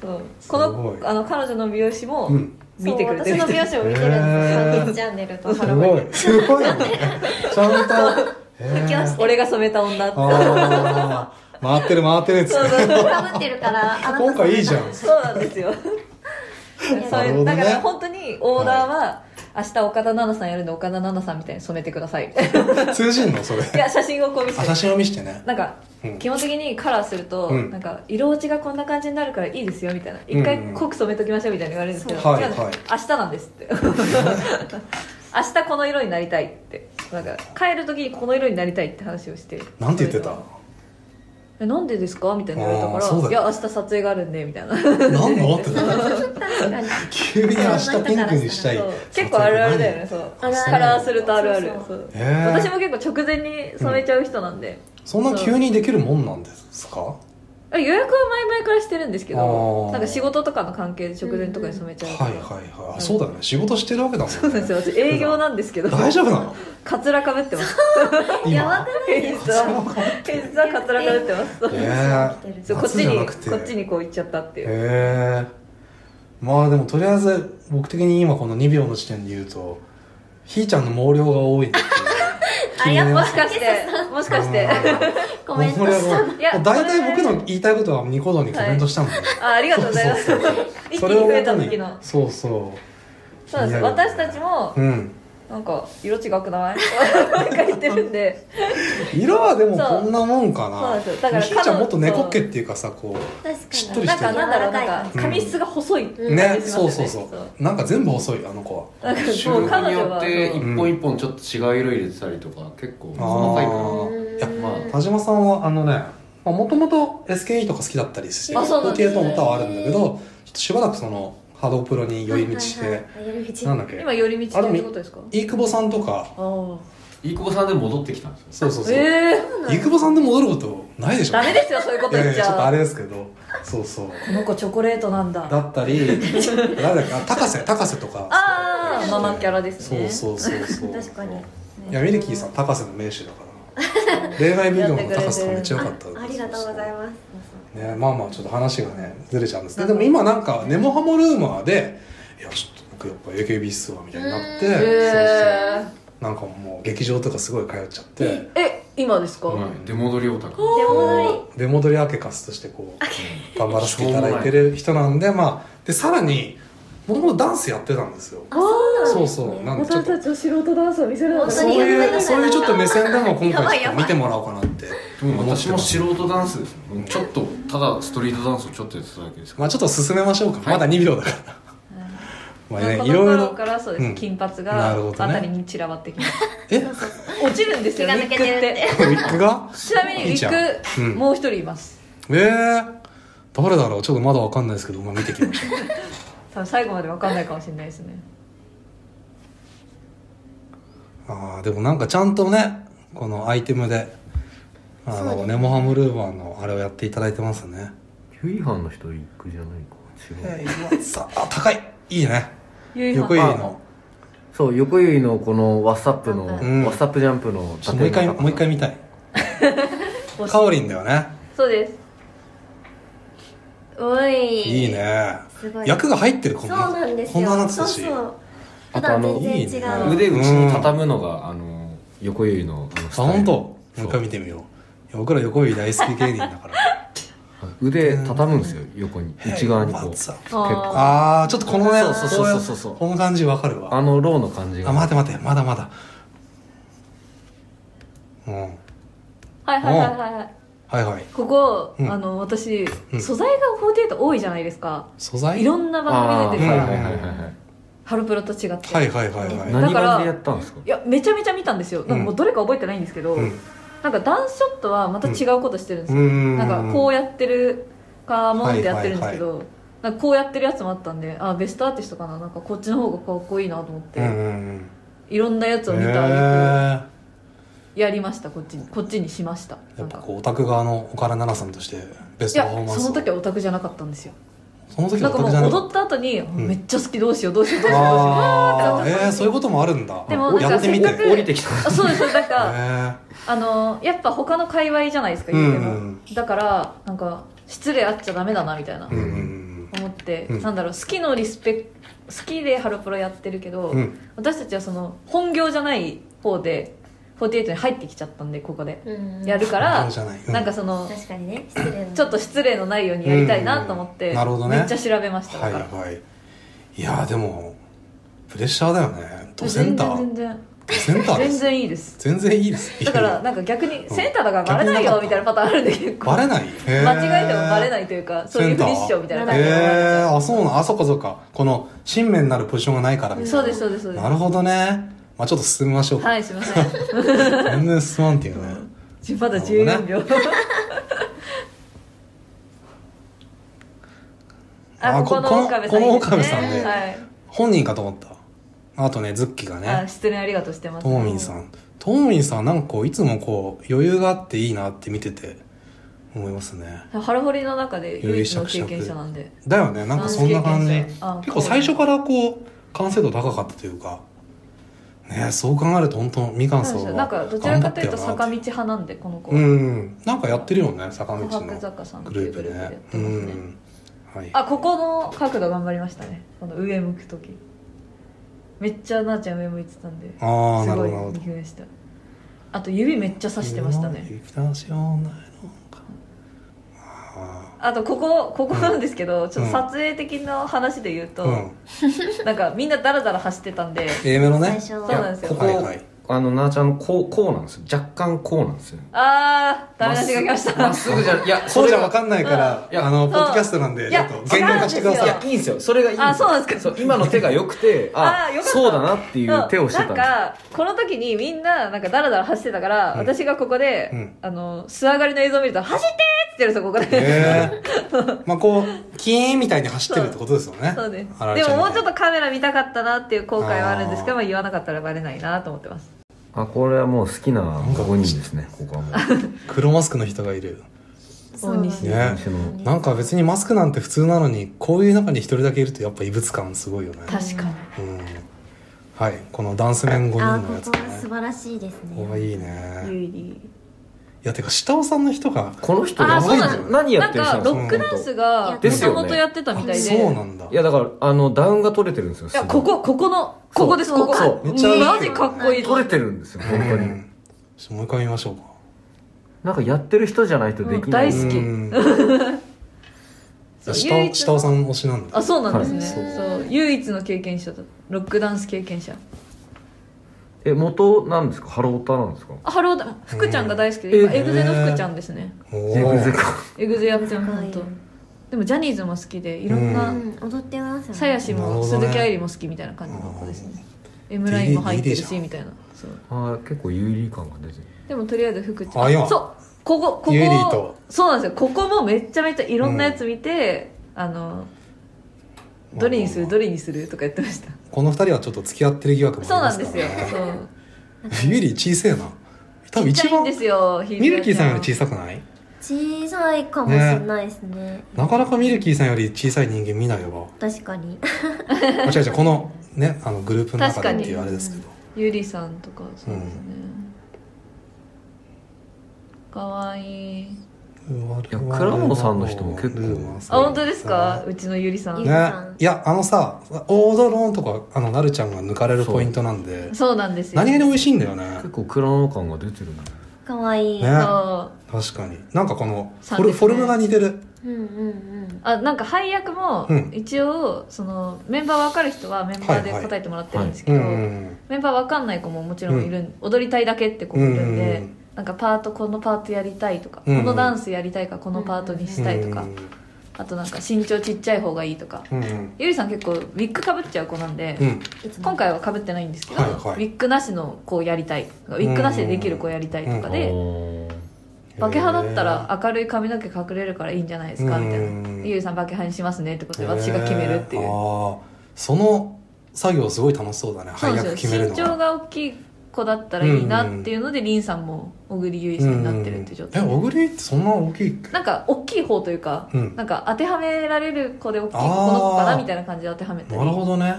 Speaker 1: そう
Speaker 2: す
Speaker 1: こ
Speaker 2: ごい
Speaker 1: のあの彼女の美容師も
Speaker 2: うん
Speaker 1: 見てくれてる
Speaker 4: そう私の美容師を見てるんです
Speaker 2: へー
Speaker 4: サンデーチャンネルと
Speaker 2: す
Speaker 4: ハロ
Speaker 2: ごいすごいよねちゃんと
Speaker 4: 布教して
Speaker 1: 俺が染めた女って
Speaker 2: ああ回ってる回ってるやつ
Speaker 1: そうそうそう
Speaker 4: かぶってるからあなた
Speaker 2: 今回いいじゃん
Speaker 1: そうなんです よそう
Speaker 2: なるほどね
Speaker 1: だから本当にオーダーは、明日岡田奈々さんやるんで岡田奈々さんみたいに染めてくだ さいい
Speaker 2: 通じんのそれ
Speaker 1: や写真をこう見せ
Speaker 2: あ
Speaker 1: て
Speaker 2: 写真を見してね
Speaker 1: なんか、
Speaker 2: うん
Speaker 1: 基本的にカラーすると、
Speaker 2: うん
Speaker 1: なんか色落ちがこんな感じになるからいいですよみたいな
Speaker 2: うん
Speaker 1: 一回濃く染めときましょうみたいな言われるんですけど、
Speaker 2: そうはい
Speaker 1: 違うんです
Speaker 2: はい
Speaker 1: 明日なんですって 明日この色になりたいってなんか帰る時にこの色になりたいって話をして
Speaker 2: なんて言ってた
Speaker 1: えなんでですかみたいな言われたか
Speaker 2: あーそうだ
Speaker 1: ら、
Speaker 2: よ
Speaker 1: いや明日撮影があるんでみたいな
Speaker 2: 何のってなる
Speaker 4: 確かに
Speaker 2: 急に明日ピンクにしたい
Speaker 1: そう結構あるあるだよねそう
Speaker 4: あるある
Speaker 1: カラーするとあるある
Speaker 4: そうそ
Speaker 1: そう
Speaker 2: へー
Speaker 1: 私も結構直前に染めちゃう人なんで、
Speaker 2: そんな急にできるもんなんですか
Speaker 1: 予約は前々からしてるんですけ
Speaker 2: あ
Speaker 1: ど
Speaker 2: ー
Speaker 1: なんか仕事とかの関係で直前とかに染めちゃうか
Speaker 2: は
Speaker 1: ら、
Speaker 2: いはいはいあそうだよね仕事してるわけだもんね
Speaker 1: そうなんですよ私営業なんですけど
Speaker 2: 大丈夫なの
Speaker 1: カツラかぶってます
Speaker 2: 今
Speaker 4: やばく
Speaker 1: 平日は平日はカツラかぶってますそう
Speaker 2: えー
Speaker 1: そうこっち
Speaker 2: 夏じゃ
Speaker 1: に
Speaker 2: なくて
Speaker 1: こっちにこう行っちゃったっていう、
Speaker 2: へえまあでもとりあえず僕的に今この2秒の時点で言うとひーちゃんの毛量が 多いなっていう
Speaker 4: あやっ
Speaker 1: も
Speaker 4: ぱ
Speaker 1: しかしてもしかして
Speaker 4: コメントした
Speaker 2: もう
Speaker 1: いや
Speaker 2: 大体僕の言いたいことはニコ動にコメントしたもんね、
Speaker 1: あありがとうございます
Speaker 2: そうそう
Speaker 1: 一気
Speaker 2: そ
Speaker 1: に
Speaker 2: れを
Speaker 1: 増
Speaker 2: も
Speaker 1: え
Speaker 2: と
Speaker 1: た
Speaker 2: に
Speaker 1: 時の
Speaker 2: そうそ
Speaker 1: そうなんですよ私たちも
Speaker 2: ううん
Speaker 1: なんか色違くない なんか言ってるんで
Speaker 2: 色はでもこんなもんか
Speaker 1: そう
Speaker 2: な
Speaker 1: なんですよだから
Speaker 2: ひーちゃんもっと猫っけっていうかさこ
Speaker 4: 確かに
Speaker 2: しっとり
Speaker 1: な
Speaker 2: し
Speaker 1: ん
Speaker 2: てる
Speaker 1: かなんだろうなん
Speaker 2: う
Speaker 1: か
Speaker 2: ん
Speaker 1: 髪質が細い感じ
Speaker 2: う
Speaker 1: しますよ
Speaker 2: ね
Speaker 1: ね
Speaker 2: そうそうそうなんか全部細いあの子は
Speaker 1: なんか
Speaker 3: 収
Speaker 1: もう
Speaker 3: 録
Speaker 1: 彼
Speaker 3: に
Speaker 1: 女
Speaker 3: よ
Speaker 1: は
Speaker 3: って
Speaker 1: あの
Speaker 3: 一本一本ちょっと違う色入れてたりとか結構細かいから
Speaker 2: あ
Speaker 4: うん
Speaker 2: いや
Speaker 3: まあ
Speaker 2: 田島さんはあのねもともと SKE とか好きだったりして
Speaker 1: あそうなんですね
Speaker 2: OTA とも歌はあるんだけどちょっとしばらくそのハロープロに寄り道して、
Speaker 4: はいはいはい寄り道
Speaker 2: なんだっけ
Speaker 1: 今寄り道っていうことですか
Speaker 2: 飯久保さんとか
Speaker 1: ああ
Speaker 3: 飯久保さんで戻ってきたんですよ
Speaker 2: そうそうそう、
Speaker 1: ええ
Speaker 2: 飯久保さんで戻ることないでし ょ
Speaker 1: ダメですよそういうこと
Speaker 2: い
Speaker 1: 言
Speaker 2: や
Speaker 1: っ
Speaker 2: い
Speaker 1: ち
Speaker 2: やちょっとあ
Speaker 1: ゃう
Speaker 2: れですけどそうそう
Speaker 1: この子チョコレートなん
Speaker 2: だ
Speaker 1: だ
Speaker 2: った り誰だっけあ高瀬高瀬とか
Speaker 1: あーママキャラですね
Speaker 2: そうそうそうそう
Speaker 4: 確かに
Speaker 2: いやミルキーさん高瀬の名手だ から恋愛ビデオの高瀬さんめっちゃ良かった
Speaker 4: あありがとうございます
Speaker 2: すねまあまあちょっと話がねずれちゃうんですけどでも今なんかネモハモルーマーでいやちょっと僕やっぱ AKB っすわみたいになって
Speaker 1: え
Speaker 4: うん
Speaker 2: そう
Speaker 1: え
Speaker 2: そうなんかもう劇場とかすごい通っちゃって
Speaker 1: え今ですか
Speaker 3: はい出戻りオタク
Speaker 4: 出戻
Speaker 2: こう出戻りアケカスとしてこう頑張らせていただいてる人なんでまあでさらにもともとダンスやってたんですよ
Speaker 4: あそう
Speaker 2: そう
Speaker 4: なんですね
Speaker 2: そうなんでちょっと
Speaker 1: ちは素人ダンスを見せる
Speaker 4: のが
Speaker 2: そういうそういうちょっと目線でも今回ちょっと見てもらおうかなって
Speaker 3: でも私も
Speaker 2: ろ
Speaker 3: 素人ダンスですよちょっとただストリートダンスをちょっとやってただけですか
Speaker 2: まあちょっと進めましょうか、
Speaker 3: はい
Speaker 2: まだ2秒だからまあ
Speaker 1: こ
Speaker 2: ね
Speaker 1: の
Speaker 2: いろいろ
Speaker 1: 頃からそうです、
Speaker 2: うん
Speaker 1: 金髪
Speaker 2: な
Speaker 1: が
Speaker 2: るほどね
Speaker 1: あたりに散らばってきます
Speaker 2: え
Speaker 1: 落ちるんですよ
Speaker 4: 気
Speaker 1: ウ
Speaker 4: が
Speaker 1: ィッ
Speaker 4: 抜
Speaker 1: グ
Speaker 4: け
Speaker 1: って
Speaker 4: るって
Speaker 1: て
Speaker 2: ウィッグが
Speaker 1: ちなみにウ
Speaker 2: い
Speaker 1: ィ
Speaker 2: いじゃん
Speaker 1: ッグ、
Speaker 2: うん
Speaker 1: もう一人います
Speaker 2: えー、誰だろうちょっとまだわかんないですけど、まあ、見てきましょう
Speaker 1: 多分最後まで分かんないかもしれないですね
Speaker 2: あーでもなんかちゃんとねこのアイテムであ
Speaker 4: そうです
Speaker 2: の
Speaker 4: ね
Speaker 2: ネモハムルーバーのあれをやっていただいてますね
Speaker 3: フ違反の人行くじゃないか違う、
Speaker 2: さあ高いいいね
Speaker 1: ゆいは
Speaker 2: 横
Speaker 1: ん
Speaker 2: 入りの
Speaker 3: そう横ゆいのこのワッサップの、
Speaker 2: うん
Speaker 3: ワッサップジャンプの
Speaker 2: ちょっともう一回
Speaker 3: 縦の
Speaker 2: もう一回見たい
Speaker 1: 推し
Speaker 2: カオリンだよね
Speaker 1: そうです
Speaker 4: おい
Speaker 2: いいね
Speaker 4: すごい
Speaker 2: 役が入ってるこ
Speaker 4: そ
Speaker 2: ん
Speaker 4: う
Speaker 2: な
Speaker 4: なんですよ
Speaker 2: こんな話
Speaker 4: そ
Speaker 2: だ
Speaker 4: う
Speaker 2: し
Speaker 4: そう
Speaker 3: あ
Speaker 4: 普
Speaker 3: とあ
Speaker 4: 段
Speaker 3: の
Speaker 2: い
Speaker 4: 全然違
Speaker 2: いね
Speaker 4: う
Speaker 3: 腕口に畳むのがあの横ゆいのあのスタ
Speaker 2: あ
Speaker 3: イル
Speaker 2: 本当もう
Speaker 3: そう
Speaker 2: 一回見てみよういや僕ら横指大好き芸人だから
Speaker 3: 腕畳むんですよ横に内側にこう
Speaker 2: へい
Speaker 3: 結構あ
Speaker 2: ああちょっとこのね
Speaker 3: そうそうそうそうそう
Speaker 2: この感じわかるわ
Speaker 3: のローの感じが
Speaker 2: あ待て待てまだまだうん
Speaker 1: はいはいはいはいはい
Speaker 2: はいはい
Speaker 1: ここ、
Speaker 2: うん
Speaker 1: あの私、
Speaker 2: うん
Speaker 1: 素材が48多いじゃないですか
Speaker 2: 素材
Speaker 1: いろんな番組出てるから、
Speaker 2: あー
Speaker 3: はいはいはいはいはい
Speaker 1: ハロプロと違って、
Speaker 2: はい
Speaker 1: い、
Speaker 2: はいはいはい
Speaker 1: だ
Speaker 3: 何
Speaker 1: から
Speaker 3: 番でやったんですか
Speaker 1: やめちゃめちゃ見たんですよなんかもうどれか覚えてないんですけど、
Speaker 2: うん
Speaker 1: なんかダンスショットはまた違うことしてるんですよ、
Speaker 2: うん
Speaker 1: なんかこうやってるかもんってやってるんですけど、なんかこうやってるやつもあったんであベストアーティストかななんかこっちの方がかっこいいなと思って、
Speaker 2: うんうん
Speaker 1: いろんなやつ
Speaker 2: う
Speaker 1: を
Speaker 2: ん
Speaker 1: 見
Speaker 2: へ
Speaker 1: た挙
Speaker 2: え
Speaker 1: 句やりましたこっちにこっちにしましたな
Speaker 2: やっ
Speaker 1: ん
Speaker 2: ぱ
Speaker 1: か
Speaker 2: こうオタク側の岡田奈々さんとしてベス
Speaker 1: い
Speaker 2: ト
Speaker 1: や
Speaker 2: パフォーマンスを
Speaker 1: その時はオタクじゃなかったんですよ
Speaker 2: その時
Speaker 1: な
Speaker 2: は
Speaker 1: ん
Speaker 2: オ
Speaker 1: かもう
Speaker 2: タクじゃない
Speaker 1: 踊った後に、
Speaker 2: ん
Speaker 1: めっちゃ好きどうしようどうしようどうしようどうしよう
Speaker 2: ああ
Speaker 1: ってなっちゃった
Speaker 2: えー、そういうこともあるんだ
Speaker 1: でもなんか
Speaker 2: やってみて
Speaker 1: せっかく
Speaker 3: 降りてきた
Speaker 1: あそうですそうですなん か、
Speaker 2: え
Speaker 1: あのやっぱ他の界隈じゃないですか言うても、
Speaker 2: うんうん
Speaker 1: だからなんか失礼あっちゃダメだなみたいな、
Speaker 2: ーうんうん
Speaker 1: 思って、
Speaker 2: うん
Speaker 1: なんだろう好きのリスペ好きでハロプロやってるけど、
Speaker 2: うんうん
Speaker 1: 私たちはその本業じゃない方で48に入ってきちゃったんでここで
Speaker 4: うん
Speaker 1: やるから
Speaker 2: 本業じゃないうん
Speaker 1: なんかその
Speaker 4: 確かにね失礼な
Speaker 1: ちょっと失礼のないようにやりたいなと思って、
Speaker 2: うんなるほどね
Speaker 1: めっちゃ調べました
Speaker 2: は
Speaker 1: だ
Speaker 2: い
Speaker 1: から、
Speaker 2: はいいやーでもプレッシャーだよねドセ
Speaker 1: 全
Speaker 2: ンタ
Speaker 1: 然
Speaker 2: ー
Speaker 1: 全然
Speaker 2: ドセンターで
Speaker 1: 全
Speaker 2: す
Speaker 1: 然いいです
Speaker 2: 全然いいです
Speaker 1: だか
Speaker 2: いや
Speaker 1: ら
Speaker 2: い
Speaker 1: なんか逆に
Speaker 2: ん
Speaker 1: センターだからバレないよみたいなパターンあるんで結
Speaker 2: や
Speaker 1: 構
Speaker 2: バレないへー
Speaker 1: 間違えてもバレないというかそういう
Speaker 2: セン
Speaker 1: フ
Speaker 2: ター
Speaker 1: リッションみたいな
Speaker 4: へ
Speaker 1: 感じで
Speaker 2: えー、あそうなんあそうかそうかこの新面になるポジションがないからみたいな
Speaker 1: そうですそうですそうです
Speaker 2: なるほどねまあちょっと進みましょうか、
Speaker 1: はいすいません
Speaker 2: 全然進まんっていうね
Speaker 1: まだ14秒 あ
Speaker 2: あ
Speaker 1: ここ
Speaker 2: ここ
Speaker 1: の
Speaker 2: の
Speaker 1: 岡部さんいいですね
Speaker 2: この岡部さんね
Speaker 1: はい
Speaker 2: 本人かと思ったあとねズッキーが
Speaker 1: あ
Speaker 2: ね
Speaker 1: 失恋ありがとうしてます
Speaker 2: ともみんさんともみんさんなんかこういつもこう余裕があっていいなって見てて思いますね
Speaker 1: ハロホリの中で唯一の経験者なんで
Speaker 2: だよねなんかそんな感じ
Speaker 1: あ経験者あ
Speaker 2: 結構最初からこう完成度高かったというかねそう考えると本当みかんさんは
Speaker 1: なんかどちらかというと
Speaker 2: 頑張
Speaker 1: 坂道
Speaker 2: ってよなって
Speaker 1: 派なんでこの子
Speaker 2: うんなんかやってるよね坂道の
Speaker 1: 琥珀坂さん
Speaker 2: グ
Speaker 1: ってい
Speaker 2: ル
Speaker 1: う
Speaker 2: ープ
Speaker 1: グループでやっ
Speaker 2: ね
Speaker 1: て
Speaker 2: う
Speaker 1: ますね
Speaker 2: んはい
Speaker 1: あここの角度頑張りましたねこの上向く時めっちゃなあちゃん上向いてたんで
Speaker 2: あー
Speaker 1: す
Speaker 2: なるほ
Speaker 1: ごい
Speaker 2: どなるほど
Speaker 1: 見返したあと指めっちゃ刺してましたね
Speaker 2: 指出しようないのかあ
Speaker 1: あとここここなんですけど、ちょっと撮影的な話で言う
Speaker 2: ー
Speaker 1: と、
Speaker 2: うん
Speaker 1: なんかみんなダラダラ走ってたんで
Speaker 2: A メのね
Speaker 4: 最
Speaker 1: そ
Speaker 4: 初
Speaker 1: うなんですよ
Speaker 3: ここ、
Speaker 2: はいはい
Speaker 3: あのなーちゃんのこうこうなんですよ若干こうなんですよ
Speaker 1: あーダメ出しが来まし
Speaker 3: まったすぐじゃいや
Speaker 2: そうじゃわ
Speaker 3: わ
Speaker 2: かんないから、
Speaker 3: うんいや
Speaker 2: あの
Speaker 1: ん
Speaker 2: ポッドキャストなんで
Speaker 1: い
Speaker 2: ちょ
Speaker 1: や
Speaker 2: っと言論化してくだ
Speaker 1: わ
Speaker 2: さ
Speaker 1: か
Speaker 3: い
Speaker 1: んな
Speaker 2: い
Speaker 3: やいいんですよそれがいいんですよ
Speaker 1: あそうなんですか
Speaker 3: そう今の手が良くてあ
Speaker 1: あーよかった
Speaker 3: そうだなっていう手をしてた
Speaker 1: なんん
Speaker 3: です
Speaker 1: かこの時にみんななんかダラダラ走ってたから、
Speaker 2: うん
Speaker 1: 私がここで、
Speaker 2: うん
Speaker 1: あの素上がりの映像を見ると「走って!」って言ってるんですよここで、
Speaker 2: へえ まあこうキーンみたいに走ってるってことですよね
Speaker 1: そうです
Speaker 2: あられ
Speaker 1: で
Speaker 2: ゃん
Speaker 1: も
Speaker 2: み
Speaker 1: も
Speaker 2: た
Speaker 1: う
Speaker 2: い
Speaker 1: ちょっとカメラ見たかったなっていう後悔はあるんですけど
Speaker 2: あー
Speaker 1: まあ言わなかったらバレないなと思ってます
Speaker 3: あこれはもう好きな5人ですねここはもう
Speaker 2: 黒マスクの人がいる
Speaker 4: そうなんです
Speaker 1: 大西
Speaker 2: ね
Speaker 3: 私の
Speaker 2: なんか別にマスクなんて普通なのにこういう中に一人だけいるとやっぱ異物感すごいよね
Speaker 1: 確かに
Speaker 2: うんはいこのダンス面5
Speaker 4: あ
Speaker 2: 人のや
Speaker 4: ー
Speaker 2: つ
Speaker 4: ここは素
Speaker 2: ね
Speaker 4: 晴らしいです
Speaker 2: ここが
Speaker 4: ね
Speaker 2: いい
Speaker 1: ゆ
Speaker 2: ね
Speaker 1: いり
Speaker 2: いやてか下尾さんの人が
Speaker 3: この人
Speaker 1: あ
Speaker 3: や
Speaker 1: そう
Speaker 3: ばいん
Speaker 1: なん
Speaker 3: だよ何や
Speaker 1: な
Speaker 3: っ
Speaker 1: ん
Speaker 3: てる人な
Speaker 1: か
Speaker 3: んです
Speaker 1: ロ
Speaker 3: か
Speaker 1: ックダンスが
Speaker 4: です
Speaker 3: よね
Speaker 1: もともとやってたみたいで
Speaker 2: そうなんだ
Speaker 3: いやだからあのダウンが取れてるんですよ
Speaker 1: いやここここのここです
Speaker 4: そ
Speaker 1: こ
Speaker 4: う
Speaker 1: こ
Speaker 3: そう
Speaker 2: めっちゃいい
Speaker 1: マジかっこいい
Speaker 3: 取れてるんですよ本当
Speaker 2: う
Speaker 3: に
Speaker 2: んちょっともう一回見ましょうか
Speaker 3: なんかやってる人じゃないとできない
Speaker 1: 大好き
Speaker 2: うん
Speaker 1: そう
Speaker 2: 下
Speaker 1: 唯一
Speaker 2: 尾
Speaker 1: の
Speaker 2: 下尾さん推しなんだ
Speaker 1: あそうなんですね、
Speaker 4: はい
Speaker 1: そう唯一の経験者だロックダンス経験者
Speaker 3: え元なんですかハロータなんですか
Speaker 1: あハローダン福ちゃんが大好きで、今
Speaker 3: え
Speaker 1: エグゼの福ちゃんですね
Speaker 2: お
Speaker 3: 全
Speaker 2: ー
Speaker 3: 然か
Speaker 1: エグゼやってる
Speaker 4: すごい
Speaker 1: 本当でもジャニーズも好きでいろん
Speaker 2: う
Speaker 1: な
Speaker 4: うん、踊ってますよね
Speaker 1: さやし
Speaker 2: なる
Speaker 1: も
Speaker 2: ほどね
Speaker 1: 鈴木愛理も好きみたいな感じの子ですね M ラインも入ってるしみたいなそう
Speaker 5: あー結構有利感が出てる
Speaker 1: でもとりあえず福ちゃん
Speaker 2: あ今
Speaker 1: そうここここ
Speaker 2: ユリと
Speaker 1: そうなんですよここもめちゃめちゃいろんなやつ見て、あのどれにするどれにするとかやってました
Speaker 2: この二人はちょっと付き合ってる疑惑も
Speaker 1: そう
Speaker 2: あ
Speaker 1: なん
Speaker 2: り
Speaker 1: で
Speaker 2: ます
Speaker 1: す
Speaker 2: か
Speaker 1: よ
Speaker 2: らね
Speaker 1: そう
Speaker 2: ユリ小せえな多分
Speaker 1: ちっ
Speaker 2: 一
Speaker 1: ちゃいん
Speaker 2: 番
Speaker 1: ですよひ
Speaker 2: ミルキーさんより小
Speaker 1: さ
Speaker 2: さくない
Speaker 4: 小さいかもしれないですね
Speaker 2: なかなかミルキーさんより小さい人間見な いよ
Speaker 4: 確かに
Speaker 2: あ違う違うこのねあのグループの中
Speaker 1: 確か
Speaker 2: で
Speaker 1: に
Speaker 2: っていうあれですけど
Speaker 1: ゆりさんとかそうですね、かわいい
Speaker 5: いや倉本さんの人も結構
Speaker 1: あ本当ですかうちのゆりさん、
Speaker 4: ゆり
Speaker 2: ね
Speaker 4: さん、
Speaker 2: いやあのさ大ドローンとかあのなるちゃんが抜かれるポイントなんで
Speaker 1: そうなんですよ
Speaker 2: 何気に美味しいんだよね
Speaker 5: 結構クラノ感が出てるね
Speaker 4: かわいい、
Speaker 2: ね
Speaker 1: そう
Speaker 2: 確かになんかこのフ
Speaker 1: さん
Speaker 2: ォル,、
Speaker 1: です
Speaker 2: フ
Speaker 1: ね
Speaker 2: ォルムが似てる
Speaker 4: うんうん
Speaker 1: あなんか配役も
Speaker 2: うん
Speaker 1: 一応、そのメンバー分かる人はメンバーで答えてもらってるんですけ
Speaker 2: う
Speaker 1: ど、
Speaker 2: んうん
Speaker 1: メンバー分かんない子ももちろんいる、ん、踊りたいだけって子
Speaker 2: う
Speaker 1: もい
Speaker 2: ん
Speaker 1: るんで、
Speaker 2: うん
Speaker 1: なんかパートこのパートやりたいとか、
Speaker 2: うんうん
Speaker 1: このダンスやりたいからこのパートにしたいとか、あとなんか身長ちっちゃい方がいいとか、
Speaker 2: うんうん
Speaker 1: ゆりさん結構ウィッグかぶっちゃう子なんで、
Speaker 2: うん
Speaker 4: いつも
Speaker 1: 今回はかぶってないんですけど、
Speaker 2: はいはい
Speaker 1: ウィッグなしの子やりたいウィッグなしでできる子やりたいとかで、
Speaker 5: おー
Speaker 1: バケハだったら明るい髪の毛隠れるからいいんじゃないですかみたい
Speaker 2: うんうんう
Speaker 1: なんゆうさんバケハにしますねってことで私が決めるってい
Speaker 2: へー
Speaker 1: う
Speaker 2: あーその作業すごい楽しそうだね
Speaker 1: そう
Speaker 2: 配
Speaker 1: なん
Speaker 2: 役
Speaker 1: です
Speaker 2: 決
Speaker 1: よ
Speaker 2: める
Speaker 1: 身
Speaker 2: の
Speaker 1: 長が大きい子だったらいいなっていうのでり、んさんも小栗優衣さんになってるっていう状態
Speaker 2: うんうんえ小栗ってそんな大きいっけ
Speaker 1: なんか大きい方というか、
Speaker 2: うん
Speaker 1: なんか当てはめられる子で大きい子こ
Speaker 2: あー
Speaker 1: の子かなみたいな感じで当てはめたり
Speaker 2: なるほどね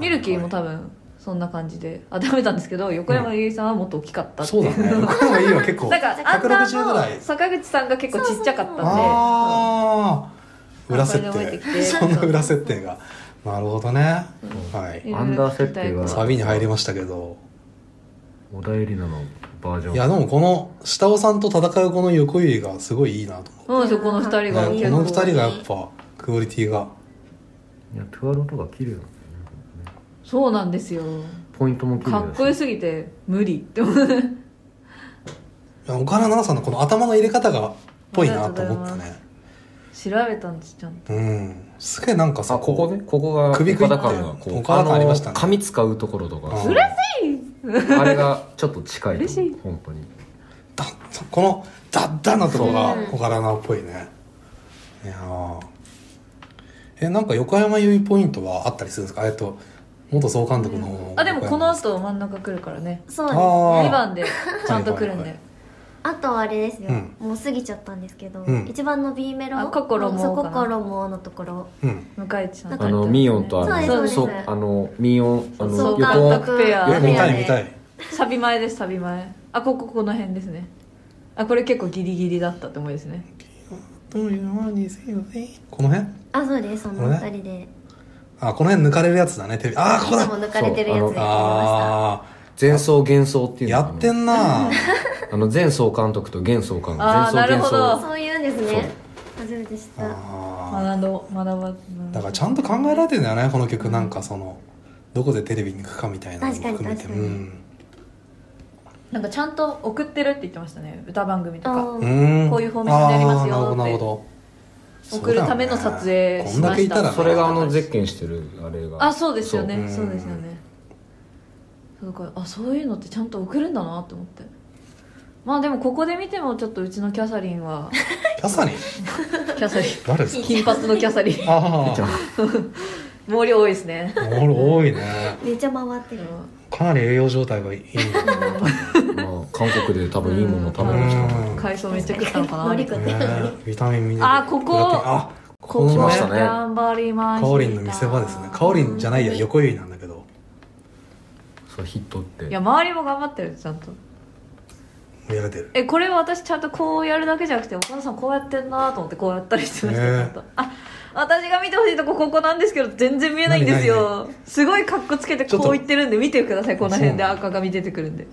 Speaker 1: ミルキーも多分そんな感じで当てはめたんですけど横山優衣さんはもっと大きかったってい
Speaker 2: そう
Speaker 1: う
Speaker 2: だね僕の方がいいわ結構
Speaker 1: なんかアンダー
Speaker 2: 160ぐらい
Speaker 1: の坂口さんが結構ちっちゃかったんで
Speaker 2: ああ裏設
Speaker 1: それで覚えてき
Speaker 2: 定
Speaker 1: て
Speaker 2: そんな裏設定がなるほどねは
Speaker 1: うん
Speaker 2: い
Speaker 1: いろ
Speaker 5: ア
Speaker 1: い
Speaker 5: ン
Speaker 1: ろ
Speaker 5: ダー
Speaker 1: 聞
Speaker 5: 設
Speaker 1: きたい
Speaker 5: 定
Speaker 1: こと
Speaker 5: が
Speaker 2: サビに入りましたけど
Speaker 5: 小田えりなのバージョン
Speaker 2: いやでもこの下尾さんと戦うこの横入りがすごいいいなと
Speaker 1: そ
Speaker 2: 思
Speaker 1: うなんですよこの二人が
Speaker 2: っ
Speaker 1: 結
Speaker 2: て、ね、こ
Speaker 1: 構
Speaker 2: の二人がやっぱクオリティが
Speaker 5: いやトゥアロとか綺麗なんだよね
Speaker 1: そうなんですよ
Speaker 5: ポイントも綺麗だ
Speaker 1: か
Speaker 5: し
Speaker 1: っこよすぎて無理って思う
Speaker 2: いや岡田奈々さんのこの頭の入れ方がっぽいなと思った
Speaker 1: ありがとうござい
Speaker 2: ね
Speaker 1: 調べたんですちゃんと
Speaker 2: うんすげえなんかさ
Speaker 5: あここねここが
Speaker 2: 首食い
Speaker 5: 岡
Speaker 2: って
Speaker 5: 田感がこう
Speaker 2: 岡田感ありましたね
Speaker 5: の髪使うところとか
Speaker 2: うん
Speaker 5: あれがちょっと近いと
Speaker 1: 嬉し
Speaker 5: 思
Speaker 1: いう
Speaker 5: 本当に
Speaker 2: だこのダッダなとこが
Speaker 4: うん
Speaker 2: 小柄なっぽいねいやーえなんか横山由依ポイントはあったりするんですかえっと元総監督の方の
Speaker 1: あでもこの
Speaker 2: あ
Speaker 1: 後真ん中来るからね
Speaker 4: そうで
Speaker 2: あ
Speaker 4: す
Speaker 1: 2
Speaker 2: ー
Speaker 1: 番でちゃんと来るん
Speaker 2: はいはいは
Speaker 1: で
Speaker 2: い
Speaker 4: あとはあれですよ、
Speaker 2: うん
Speaker 4: もう過ぎちゃったんですけど、
Speaker 2: うん
Speaker 4: 一番の B メロ
Speaker 1: あ心も
Speaker 4: そう
Speaker 1: かな
Speaker 4: 心ものところ
Speaker 2: うん
Speaker 1: 向井ちゃん
Speaker 5: あのミヨンとあ
Speaker 4: そう
Speaker 5: の
Speaker 4: ですそうです
Speaker 5: あのミヨンあ
Speaker 4: そ
Speaker 5: の
Speaker 4: うか
Speaker 5: 横
Speaker 1: 監督ペア
Speaker 2: え見たい
Speaker 4: ね
Speaker 2: 見たい
Speaker 1: サビ前ですサビ前あこここの辺ですねあこれ結構ギリギリだったって思いですね
Speaker 2: どういうのにせよねこの辺
Speaker 4: あそうですその二人で
Speaker 2: あこの辺抜かれるやつだねテレビああこ
Speaker 4: い
Speaker 2: こだ
Speaker 4: つも抜かれてるやつやってま
Speaker 2: あ
Speaker 5: 前奏幻想って
Speaker 2: ー
Speaker 5: いう
Speaker 2: や
Speaker 5: のが
Speaker 2: ってんな
Speaker 5: あの前総監督と現総監
Speaker 1: あー
Speaker 5: 前総
Speaker 1: なるほ
Speaker 5: 幻
Speaker 1: ど
Speaker 5: 想
Speaker 1: あ
Speaker 4: したそういうんですね初めて知った
Speaker 2: あ
Speaker 1: 学ど学ば
Speaker 2: ーだからちゃんと考えられてんだよねこの曲なんかそのどこでテレビに行くかみたいなのも含めて
Speaker 4: 確かに確かに
Speaker 2: うん
Speaker 1: なんかちゃんと送ってるって言ってましたね歌番組とか
Speaker 4: あー
Speaker 2: うん
Speaker 1: こういうフォーメーションでやりますよっ
Speaker 2: あー
Speaker 1: て
Speaker 2: なるほどなるほど
Speaker 1: 送るための撮影
Speaker 2: そうだよねこんだけいたらな
Speaker 5: それがあのゼッケンしてるあれが
Speaker 1: あそうですよね
Speaker 2: そううん
Speaker 1: そうですよねそうかあそういうのってちゃんと送るんだなって思ってまあでもここで見てもちょっとうちのキャサリン は
Speaker 2: キャサリン
Speaker 1: キャサリン
Speaker 2: 誰です か
Speaker 1: 金髪のキャサリン
Speaker 2: あ
Speaker 1: 毛量多いですね
Speaker 2: あ俺多いね
Speaker 4: めっちゃ回ってる
Speaker 2: かなり栄養状態がいいんだな
Speaker 5: まあ韓国で多分いいものを食べましたね
Speaker 2: うん
Speaker 1: 海藻めっちゃ食ったのかな
Speaker 4: ノリ食ってるのに
Speaker 2: ねビタミンミネラル
Speaker 1: あここ
Speaker 2: プロテインあこ
Speaker 5: 来
Speaker 2: の
Speaker 5: ま
Speaker 2: ね
Speaker 5: したね
Speaker 1: 頑張りま
Speaker 2: カ
Speaker 1: した
Speaker 2: オリンの見せ場ですねカオリンじゃないや横指なんだけど
Speaker 5: そうヒットって
Speaker 1: いや周りも頑張ってるちゃんと
Speaker 2: 見られてる
Speaker 1: えこれ私ちゃんとこうやるだけじゃなくて岡田さんこうやってんなと思ってこうやったりしてました、
Speaker 2: ねえ
Speaker 1: ちゃんとあ私が見てほしいとこここなんですけど全然見えないんです
Speaker 2: 何
Speaker 1: よすごいカッコつけて
Speaker 2: ちょっ
Speaker 1: ことう言ってるんで見てくださいこの辺で
Speaker 2: あそうなの
Speaker 1: 赤髪出てくるんで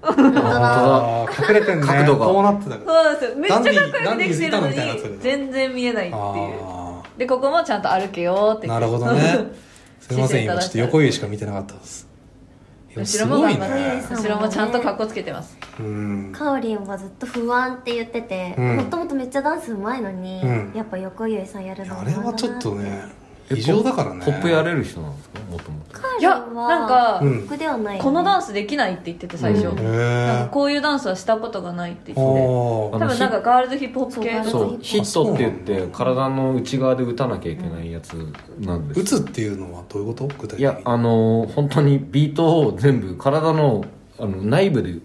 Speaker 5: 本当だ
Speaker 2: あー隠れてんね
Speaker 5: 角度が
Speaker 2: こうなってたから
Speaker 1: そうなんですよ めっちゃ
Speaker 2: ダンディ
Speaker 1: かっこよくできてるのに
Speaker 2: ダンディーズ板みたいなやつだよね
Speaker 1: 全然見えないっていう
Speaker 2: あ
Speaker 1: でここもちゃんと歩けようっ
Speaker 2: あ
Speaker 1: て
Speaker 2: なるほどねすいませ
Speaker 1: 姿勢正し
Speaker 2: ん
Speaker 1: かった
Speaker 2: 今ちょっと横指しか見てなかったですや
Speaker 1: 後ろも頑張って
Speaker 2: すごいね
Speaker 4: そう
Speaker 1: 後ろもちゃんと格好つけてます
Speaker 2: うん
Speaker 4: かおりんはずっと不安って言ってて、
Speaker 2: うん
Speaker 4: もともとめっちゃダンスうまいのに、
Speaker 2: うん
Speaker 4: やっぱ横井さんやる
Speaker 2: い
Speaker 4: の
Speaker 2: や
Speaker 4: は
Speaker 2: あれはちょっとね異常だからね
Speaker 5: ポップやれる人なんですかもともと
Speaker 4: かお
Speaker 1: い
Speaker 4: りん
Speaker 1: や
Speaker 4: は
Speaker 1: なんか、
Speaker 2: うん
Speaker 4: 僕ではない、
Speaker 1: このダン
Speaker 4: ス
Speaker 1: スできないって言ってて最初、
Speaker 5: うん
Speaker 2: へ
Speaker 1: なん
Speaker 2: え
Speaker 1: かこういうダンスはしたことがないって言って多
Speaker 2: おー
Speaker 5: あの
Speaker 1: 分なんかガールズヒップホップ系の
Speaker 5: そ
Speaker 4: あ
Speaker 5: うヒットって言
Speaker 2: あそうな
Speaker 5: っ
Speaker 2: ん
Speaker 5: て
Speaker 2: だ
Speaker 5: 体の内側で打たなきゃいけないやつなんです
Speaker 2: 打つっていうのはどういうこと具体的に
Speaker 5: いやあの本当にビートを全部体のあの内部で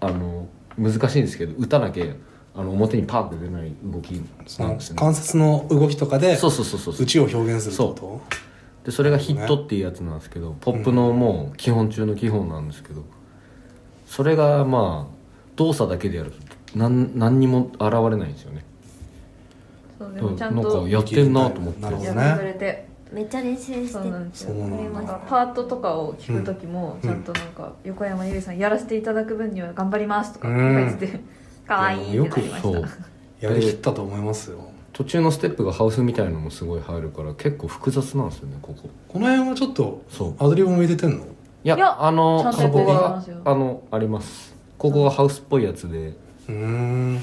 Speaker 5: あの難しいんですけど打たなきゃあの表にパーク出ない動き
Speaker 2: そ
Speaker 5: なん
Speaker 2: の
Speaker 5: ですよね
Speaker 2: 関節の動きとかで
Speaker 5: そうそうそうそう
Speaker 2: 打ちを表現するってこと
Speaker 5: でそれがヒットっていうやつなんですけどポップのもう基本中の基本なんですけどそれがまあ動作だけでやるとなん何にも現れないんですよね
Speaker 1: そう
Speaker 5: だ
Speaker 1: で
Speaker 5: か
Speaker 1: もちゃ
Speaker 5: ら
Speaker 1: ん
Speaker 5: なん
Speaker 1: と
Speaker 5: か
Speaker 1: や
Speaker 5: やってんなと思っ
Speaker 2: なるほ
Speaker 5: て
Speaker 2: ど
Speaker 1: ってくれて、
Speaker 4: めっちゃ練習して
Speaker 1: そうなんです
Speaker 2: そう
Speaker 1: よ
Speaker 2: な
Speaker 4: くれ
Speaker 2: ん
Speaker 4: ま
Speaker 2: だ
Speaker 4: した
Speaker 1: パートとかを聞く時もちゃんとなんか横山由依さんやらせていただく分には頑張りますとか書いてて可愛いってなりまし
Speaker 5: そう
Speaker 1: た
Speaker 2: やりきったと思いますよ
Speaker 5: 途中のステップがハウスみたいなのもすごい入るから結構複雑なんですよねここ
Speaker 2: この辺はちょっと
Speaker 5: そう
Speaker 2: アドリブも入れてんの
Speaker 5: いや
Speaker 1: いや
Speaker 5: あの
Speaker 1: ちゃんと
Speaker 5: そこ
Speaker 1: やって
Speaker 5: が
Speaker 1: ますよ
Speaker 5: あのありますここがハウスっぽいやつで
Speaker 2: うーん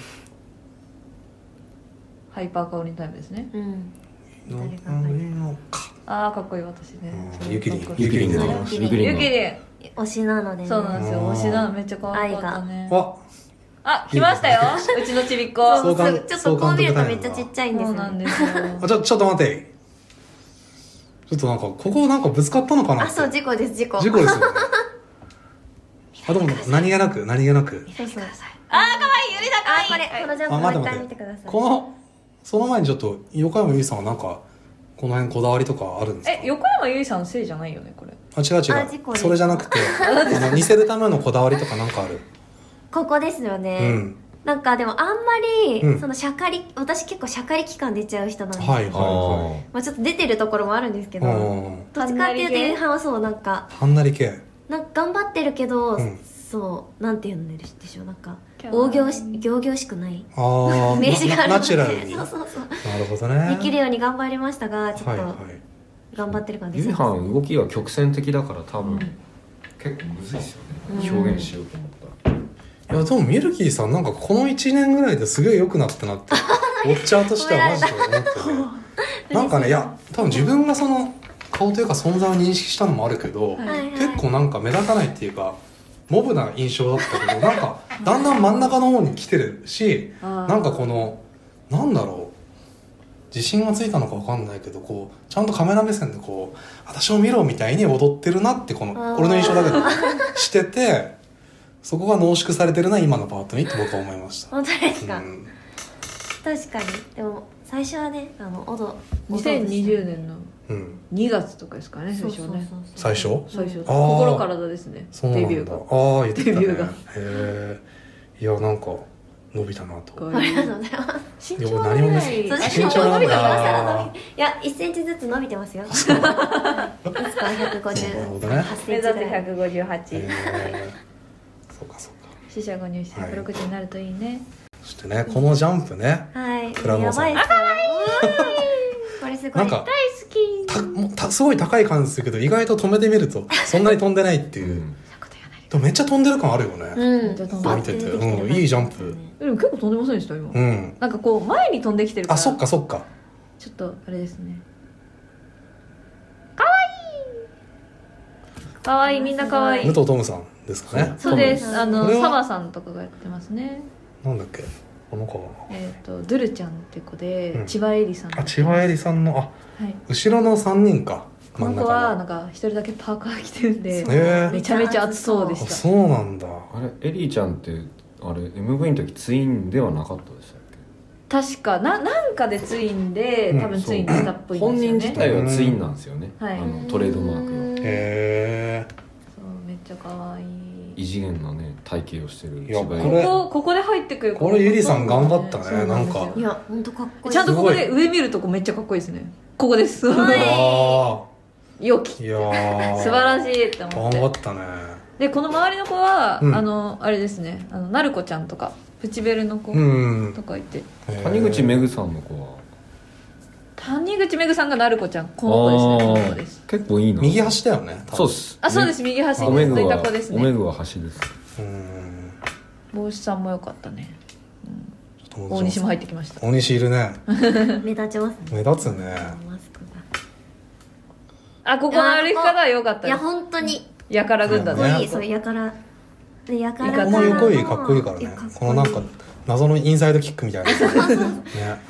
Speaker 1: ハイパーカオリンタイムですね
Speaker 4: うん
Speaker 2: な
Speaker 4: 誰が入る
Speaker 2: いいのか
Speaker 1: ああかっこいい私ね
Speaker 2: うんゆきりん
Speaker 1: そう
Speaker 2: ゆきりん
Speaker 5: が
Speaker 4: ゆきりん
Speaker 5: ゆきり
Speaker 1: ゆ
Speaker 5: んが
Speaker 1: きりん
Speaker 4: 推しなので、ね、
Speaker 1: そうなんですよ
Speaker 2: うん
Speaker 1: 推しだめっちゃ可愛かったね
Speaker 2: あ
Speaker 1: あ来ましたようちのちびっ子
Speaker 4: そ
Speaker 1: そ
Speaker 2: そう
Speaker 4: う
Speaker 2: かん
Speaker 4: すぐちょっとこう見るとめっちゃちっちゃいんですよ、
Speaker 1: う
Speaker 4: ね、
Speaker 1: なんですよ
Speaker 2: あちょちょっと待ってちょっとなんかここなんかぶつかったのかな
Speaker 4: あそう事故です事故
Speaker 2: 事故ですよ ねあでも何気なく何気なく
Speaker 4: そうそう
Speaker 1: ああ可愛いゆりさん可
Speaker 4: あ
Speaker 1: 愛い
Speaker 4: これこのジャン
Speaker 2: あ
Speaker 4: プも
Speaker 2: 待
Speaker 4: う
Speaker 2: っ
Speaker 4: 一
Speaker 2: て
Speaker 4: 回
Speaker 2: 待
Speaker 4: 見
Speaker 2: って
Speaker 4: ください
Speaker 2: このその前にちょっと横山由依さんはなんかこの辺こだわりとかあるんですか
Speaker 1: え横山由依さんのせいじゃないよねこれ
Speaker 2: あ違う
Speaker 4: あ事
Speaker 2: 違
Speaker 4: 故
Speaker 2: う
Speaker 4: です
Speaker 2: それじゃなく てあの似せるためのこだわりとかなんかある
Speaker 4: ここですよね、
Speaker 2: うん
Speaker 4: なんかでもあんまり、
Speaker 2: うん
Speaker 4: そのしゃかり私結構しゃかり期間出ちゃう人なんで、
Speaker 2: はいはい
Speaker 5: あ
Speaker 2: は
Speaker 4: まあ、ちょっと出てるところもあるんですけ
Speaker 2: い
Speaker 4: ど、
Speaker 2: うん
Speaker 4: どっちかっていうと前半はそうなんか
Speaker 2: はんなり系
Speaker 4: なんか頑張ってるけど、
Speaker 2: うん
Speaker 4: そうなんていうんでしょうなんか
Speaker 1: キャー
Speaker 4: 大行し行々しくない
Speaker 2: あー
Speaker 4: イメージがあ
Speaker 2: な
Speaker 4: る
Speaker 2: ナチュラルに
Speaker 4: そう
Speaker 2: な
Speaker 4: そうそう
Speaker 2: るほどね
Speaker 4: できるように頑張りましたがちょ
Speaker 2: は
Speaker 4: っ
Speaker 2: いは
Speaker 4: と頑張ってる感じ
Speaker 5: ゆいはん動きが曲線的だから多分
Speaker 3: 結構むずいですよね、
Speaker 4: うん
Speaker 3: 表現しようと思ったら
Speaker 2: いいやでもミルキーさんなんかこの1年ぐらいですげえ良くなったなって ウォッチャーとしてはマジで思っててなんかねいや多分自分がその顔というか存在を認識したのもあるけ
Speaker 1: は
Speaker 2: ど、
Speaker 1: い
Speaker 4: はいはい
Speaker 2: 結構なんか目立たないっていうかモブな印象だったけどなんかだんだん真ん中の方に来てるし
Speaker 1: あー
Speaker 2: なんかこのなんだろう自信がついたのかわかんないけどこうちゃんとカメラ目線でこう「私を見ろ」みたいに踊ってるなってこの
Speaker 4: あー
Speaker 2: 俺の印象だけどしててそこが濃縮されてるな今のパートにって僕は思いました。
Speaker 4: 本当ですか、
Speaker 2: うん
Speaker 4: 確かにでも最初はねあのおど
Speaker 1: 2020年の
Speaker 2: うん、
Speaker 1: 2月とかですかね最初
Speaker 4: そうそう
Speaker 1: ね
Speaker 4: そう
Speaker 2: 最初
Speaker 1: 最初
Speaker 4: うん
Speaker 1: 心体ですね
Speaker 2: そうな
Speaker 1: デ
Speaker 2: んだ
Speaker 1: ビューが
Speaker 2: ああ言ってたね
Speaker 1: デビューが
Speaker 2: へえいやなんか伸びたなと
Speaker 1: 可
Speaker 4: あ
Speaker 1: 愛
Speaker 4: り
Speaker 1: い
Speaker 4: がとうございます
Speaker 1: 身長がね
Speaker 2: いや何
Speaker 4: そう
Speaker 2: も
Speaker 4: 身
Speaker 2: 身長
Speaker 4: 長伸
Speaker 2: なんだ
Speaker 4: びてますいや1センチずつ伸びてますよいつか
Speaker 2: なるほ
Speaker 4: 158
Speaker 2: どね
Speaker 1: 目指せ
Speaker 4: センチ
Speaker 1: 158
Speaker 2: えーそうかそうか
Speaker 1: 死者誤入して
Speaker 2: はい
Speaker 1: プロ口になるといいね
Speaker 2: そしてねこのジャンプね
Speaker 4: はい
Speaker 2: 倉
Speaker 4: や
Speaker 2: 野さん
Speaker 4: ばいですよこれすご
Speaker 2: ないんかたもうたすごい高い感じするけど意外と止めてみると そんなに飛んでないっていう、
Speaker 5: うん
Speaker 2: でもめっちゃ飛んでる感あるよね、
Speaker 4: うん
Speaker 1: うん
Speaker 2: 見てて、
Speaker 4: バッ出き
Speaker 2: う
Speaker 4: る
Speaker 2: ん、いいジャンプ
Speaker 1: でも結構飛んでませんでした今
Speaker 2: うん、
Speaker 1: なんかこう前に飛んできてるから
Speaker 2: あそっかそっか
Speaker 1: ちょっとあれですねかわいいかわいいみんなかわい
Speaker 2: 武
Speaker 1: い
Speaker 2: 藤トムさんですかね
Speaker 1: そうですあの
Speaker 2: これは
Speaker 1: サバさんとかがやってますね
Speaker 2: なんだっけこの子は
Speaker 1: えっ、とドゥルちゃんって子で、
Speaker 2: うん
Speaker 1: 千葉恵里さん
Speaker 2: あ千葉恵里さんのあ
Speaker 1: はい
Speaker 2: 後ろの3人か
Speaker 1: この子はなんか一人だけパーカー着てるんで
Speaker 2: そうへー
Speaker 1: めちゃめちゃ暑そうで
Speaker 2: あ
Speaker 1: し
Speaker 2: そうなんだ
Speaker 5: あれエリーちゃんってあれ MV の時ツインではなかったでしたった
Speaker 1: 確かななんかでツインで
Speaker 2: うん
Speaker 1: 多分
Speaker 5: け
Speaker 1: ツインしたっぽいん
Speaker 5: 本
Speaker 1: ですよ
Speaker 5: 人
Speaker 1: ね、
Speaker 5: 自体はツインなんですよね
Speaker 1: うんはい
Speaker 5: あのトレードマークが
Speaker 2: へえ
Speaker 1: そうめっちゃ可愛い
Speaker 5: 異次元のね体型をしてる
Speaker 2: いや
Speaker 5: 芝居
Speaker 2: こ
Speaker 1: こ
Speaker 2: れ
Speaker 1: こここで入ってくる
Speaker 2: これゆりさん頑張ったね
Speaker 1: そうですよ
Speaker 2: なんか
Speaker 4: いや本当かっこいい
Speaker 1: ちゃんとここで上見るとこめっちゃかっこいいですねここです
Speaker 2: あ
Speaker 1: 良き
Speaker 2: あいやー
Speaker 1: 素晴らしいって思
Speaker 2: 頑
Speaker 1: っ
Speaker 2: 張ってたね
Speaker 1: でこの周りの子は、
Speaker 2: うん
Speaker 1: あのあれですねあのなるこちゃんとかプチベルの子
Speaker 2: うん
Speaker 1: とかいて、
Speaker 5: 谷口めぐさんの子は
Speaker 1: 谷谷口めぐさんがなるこちゃんこの子ですねこの子です
Speaker 5: あー結構いいな
Speaker 2: 右端だよね多分
Speaker 5: そうです
Speaker 1: あそうです右端
Speaker 5: おめぐ
Speaker 1: ずいた
Speaker 5: は
Speaker 1: 子です
Speaker 5: おめ
Speaker 1: ね
Speaker 5: ぐは橋です
Speaker 2: うーん
Speaker 1: 帽子さんも良かったね
Speaker 2: ちょっと
Speaker 1: 大西も入ってきました
Speaker 2: 大西いるね
Speaker 4: 目立ちますね
Speaker 2: 目立つね
Speaker 4: マスク
Speaker 1: あここの歩き方は良かっ
Speaker 4: が
Speaker 1: たで
Speaker 4: いや
Speaker 1: す
Speaker 4: 本当に
Speaker 1: やから軍団
Speaker 4: かっこいい、
Speaker 2: ね
Speaker 4: そうやからでやから
Speaker 2: この横よりかっこいいからねこのなんか謎のインサイドキックみ たいなやつね